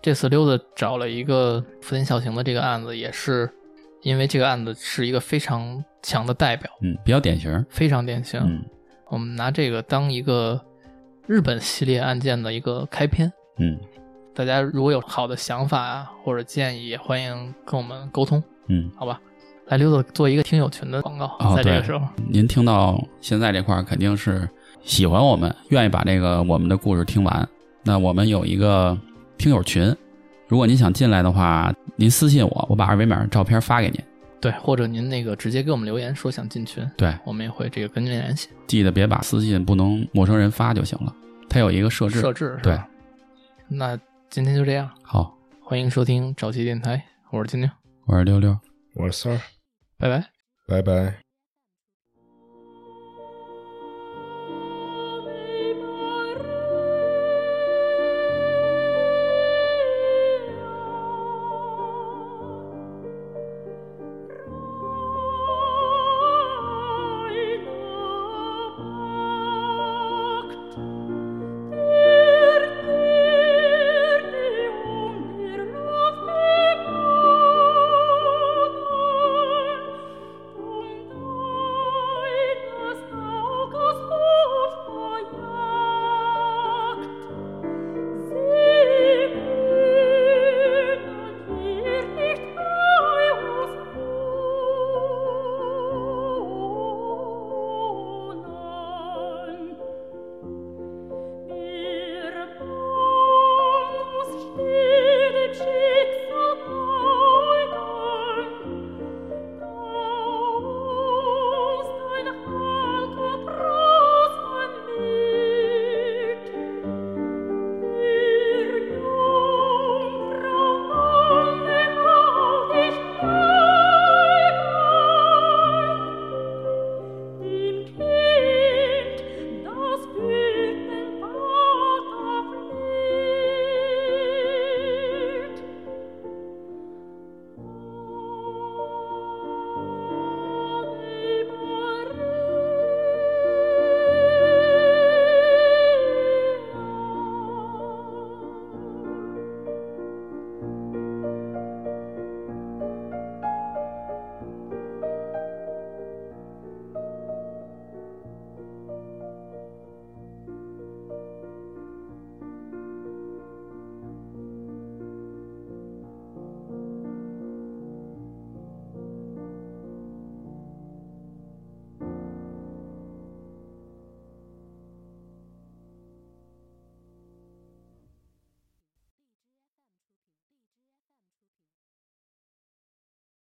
[SPEAKER 1] 这次溜达找了一个福田孝行的这个案子，也是因为这个案子是一个非常强的代表，
[SPEAKER 2] 嗯，比较典型。
[SPEAKER 1] 非常典型。
[SPEAKER 2] 嗯
[SPEAKER 1] 我们拿这个当一个日本系列案件的一个开篇。
[SPEAKER 2] 嗯
[SPEAKER 1] 大家如果有好的想法啊或者建议，也欢迎跟我们沟通，
[SPEAKER 2] 嗯，
[SPEAKER 1] 好吧？来溜达做一个听友群的广告，
[SPEAKER 2] 哦
[SPEAKER 1] 在这个
[SPEAKER 2] 对
[SPEAKER 1] 时候，
[SPEAKER 2] 您听到现在这块儿肯定是喜欢我们，愿意把这个我们的故事听完。那我们有一个听友群，如果您想进来的话，您私信我，我把二维码照片发给您。
[SPEAKER 1] 对，或者您那个直接给我们留言说想进群，
[SPEAKER 2] 对，
[SPEAKER 1] 我们也会这个跟您联系
[SPEAKER 2] 记得别把私信不能陌生人发就行了，它有一个设置。
[SPEAKER 1] 设置。是
[SPEAKER 2] 对
[SPEAKER 1] 吧，那今天就这样，
[SPEAKER 2] 好，
[SPEAKER 1] 欢迎收听早期电台，我是金牛，
[SPEAKER 2] 我是溜溜。
[SPEAKER 3] 我是三儿，
[SPEAKER 1] 拜拜。
[SPEAKER 3] 拜拜。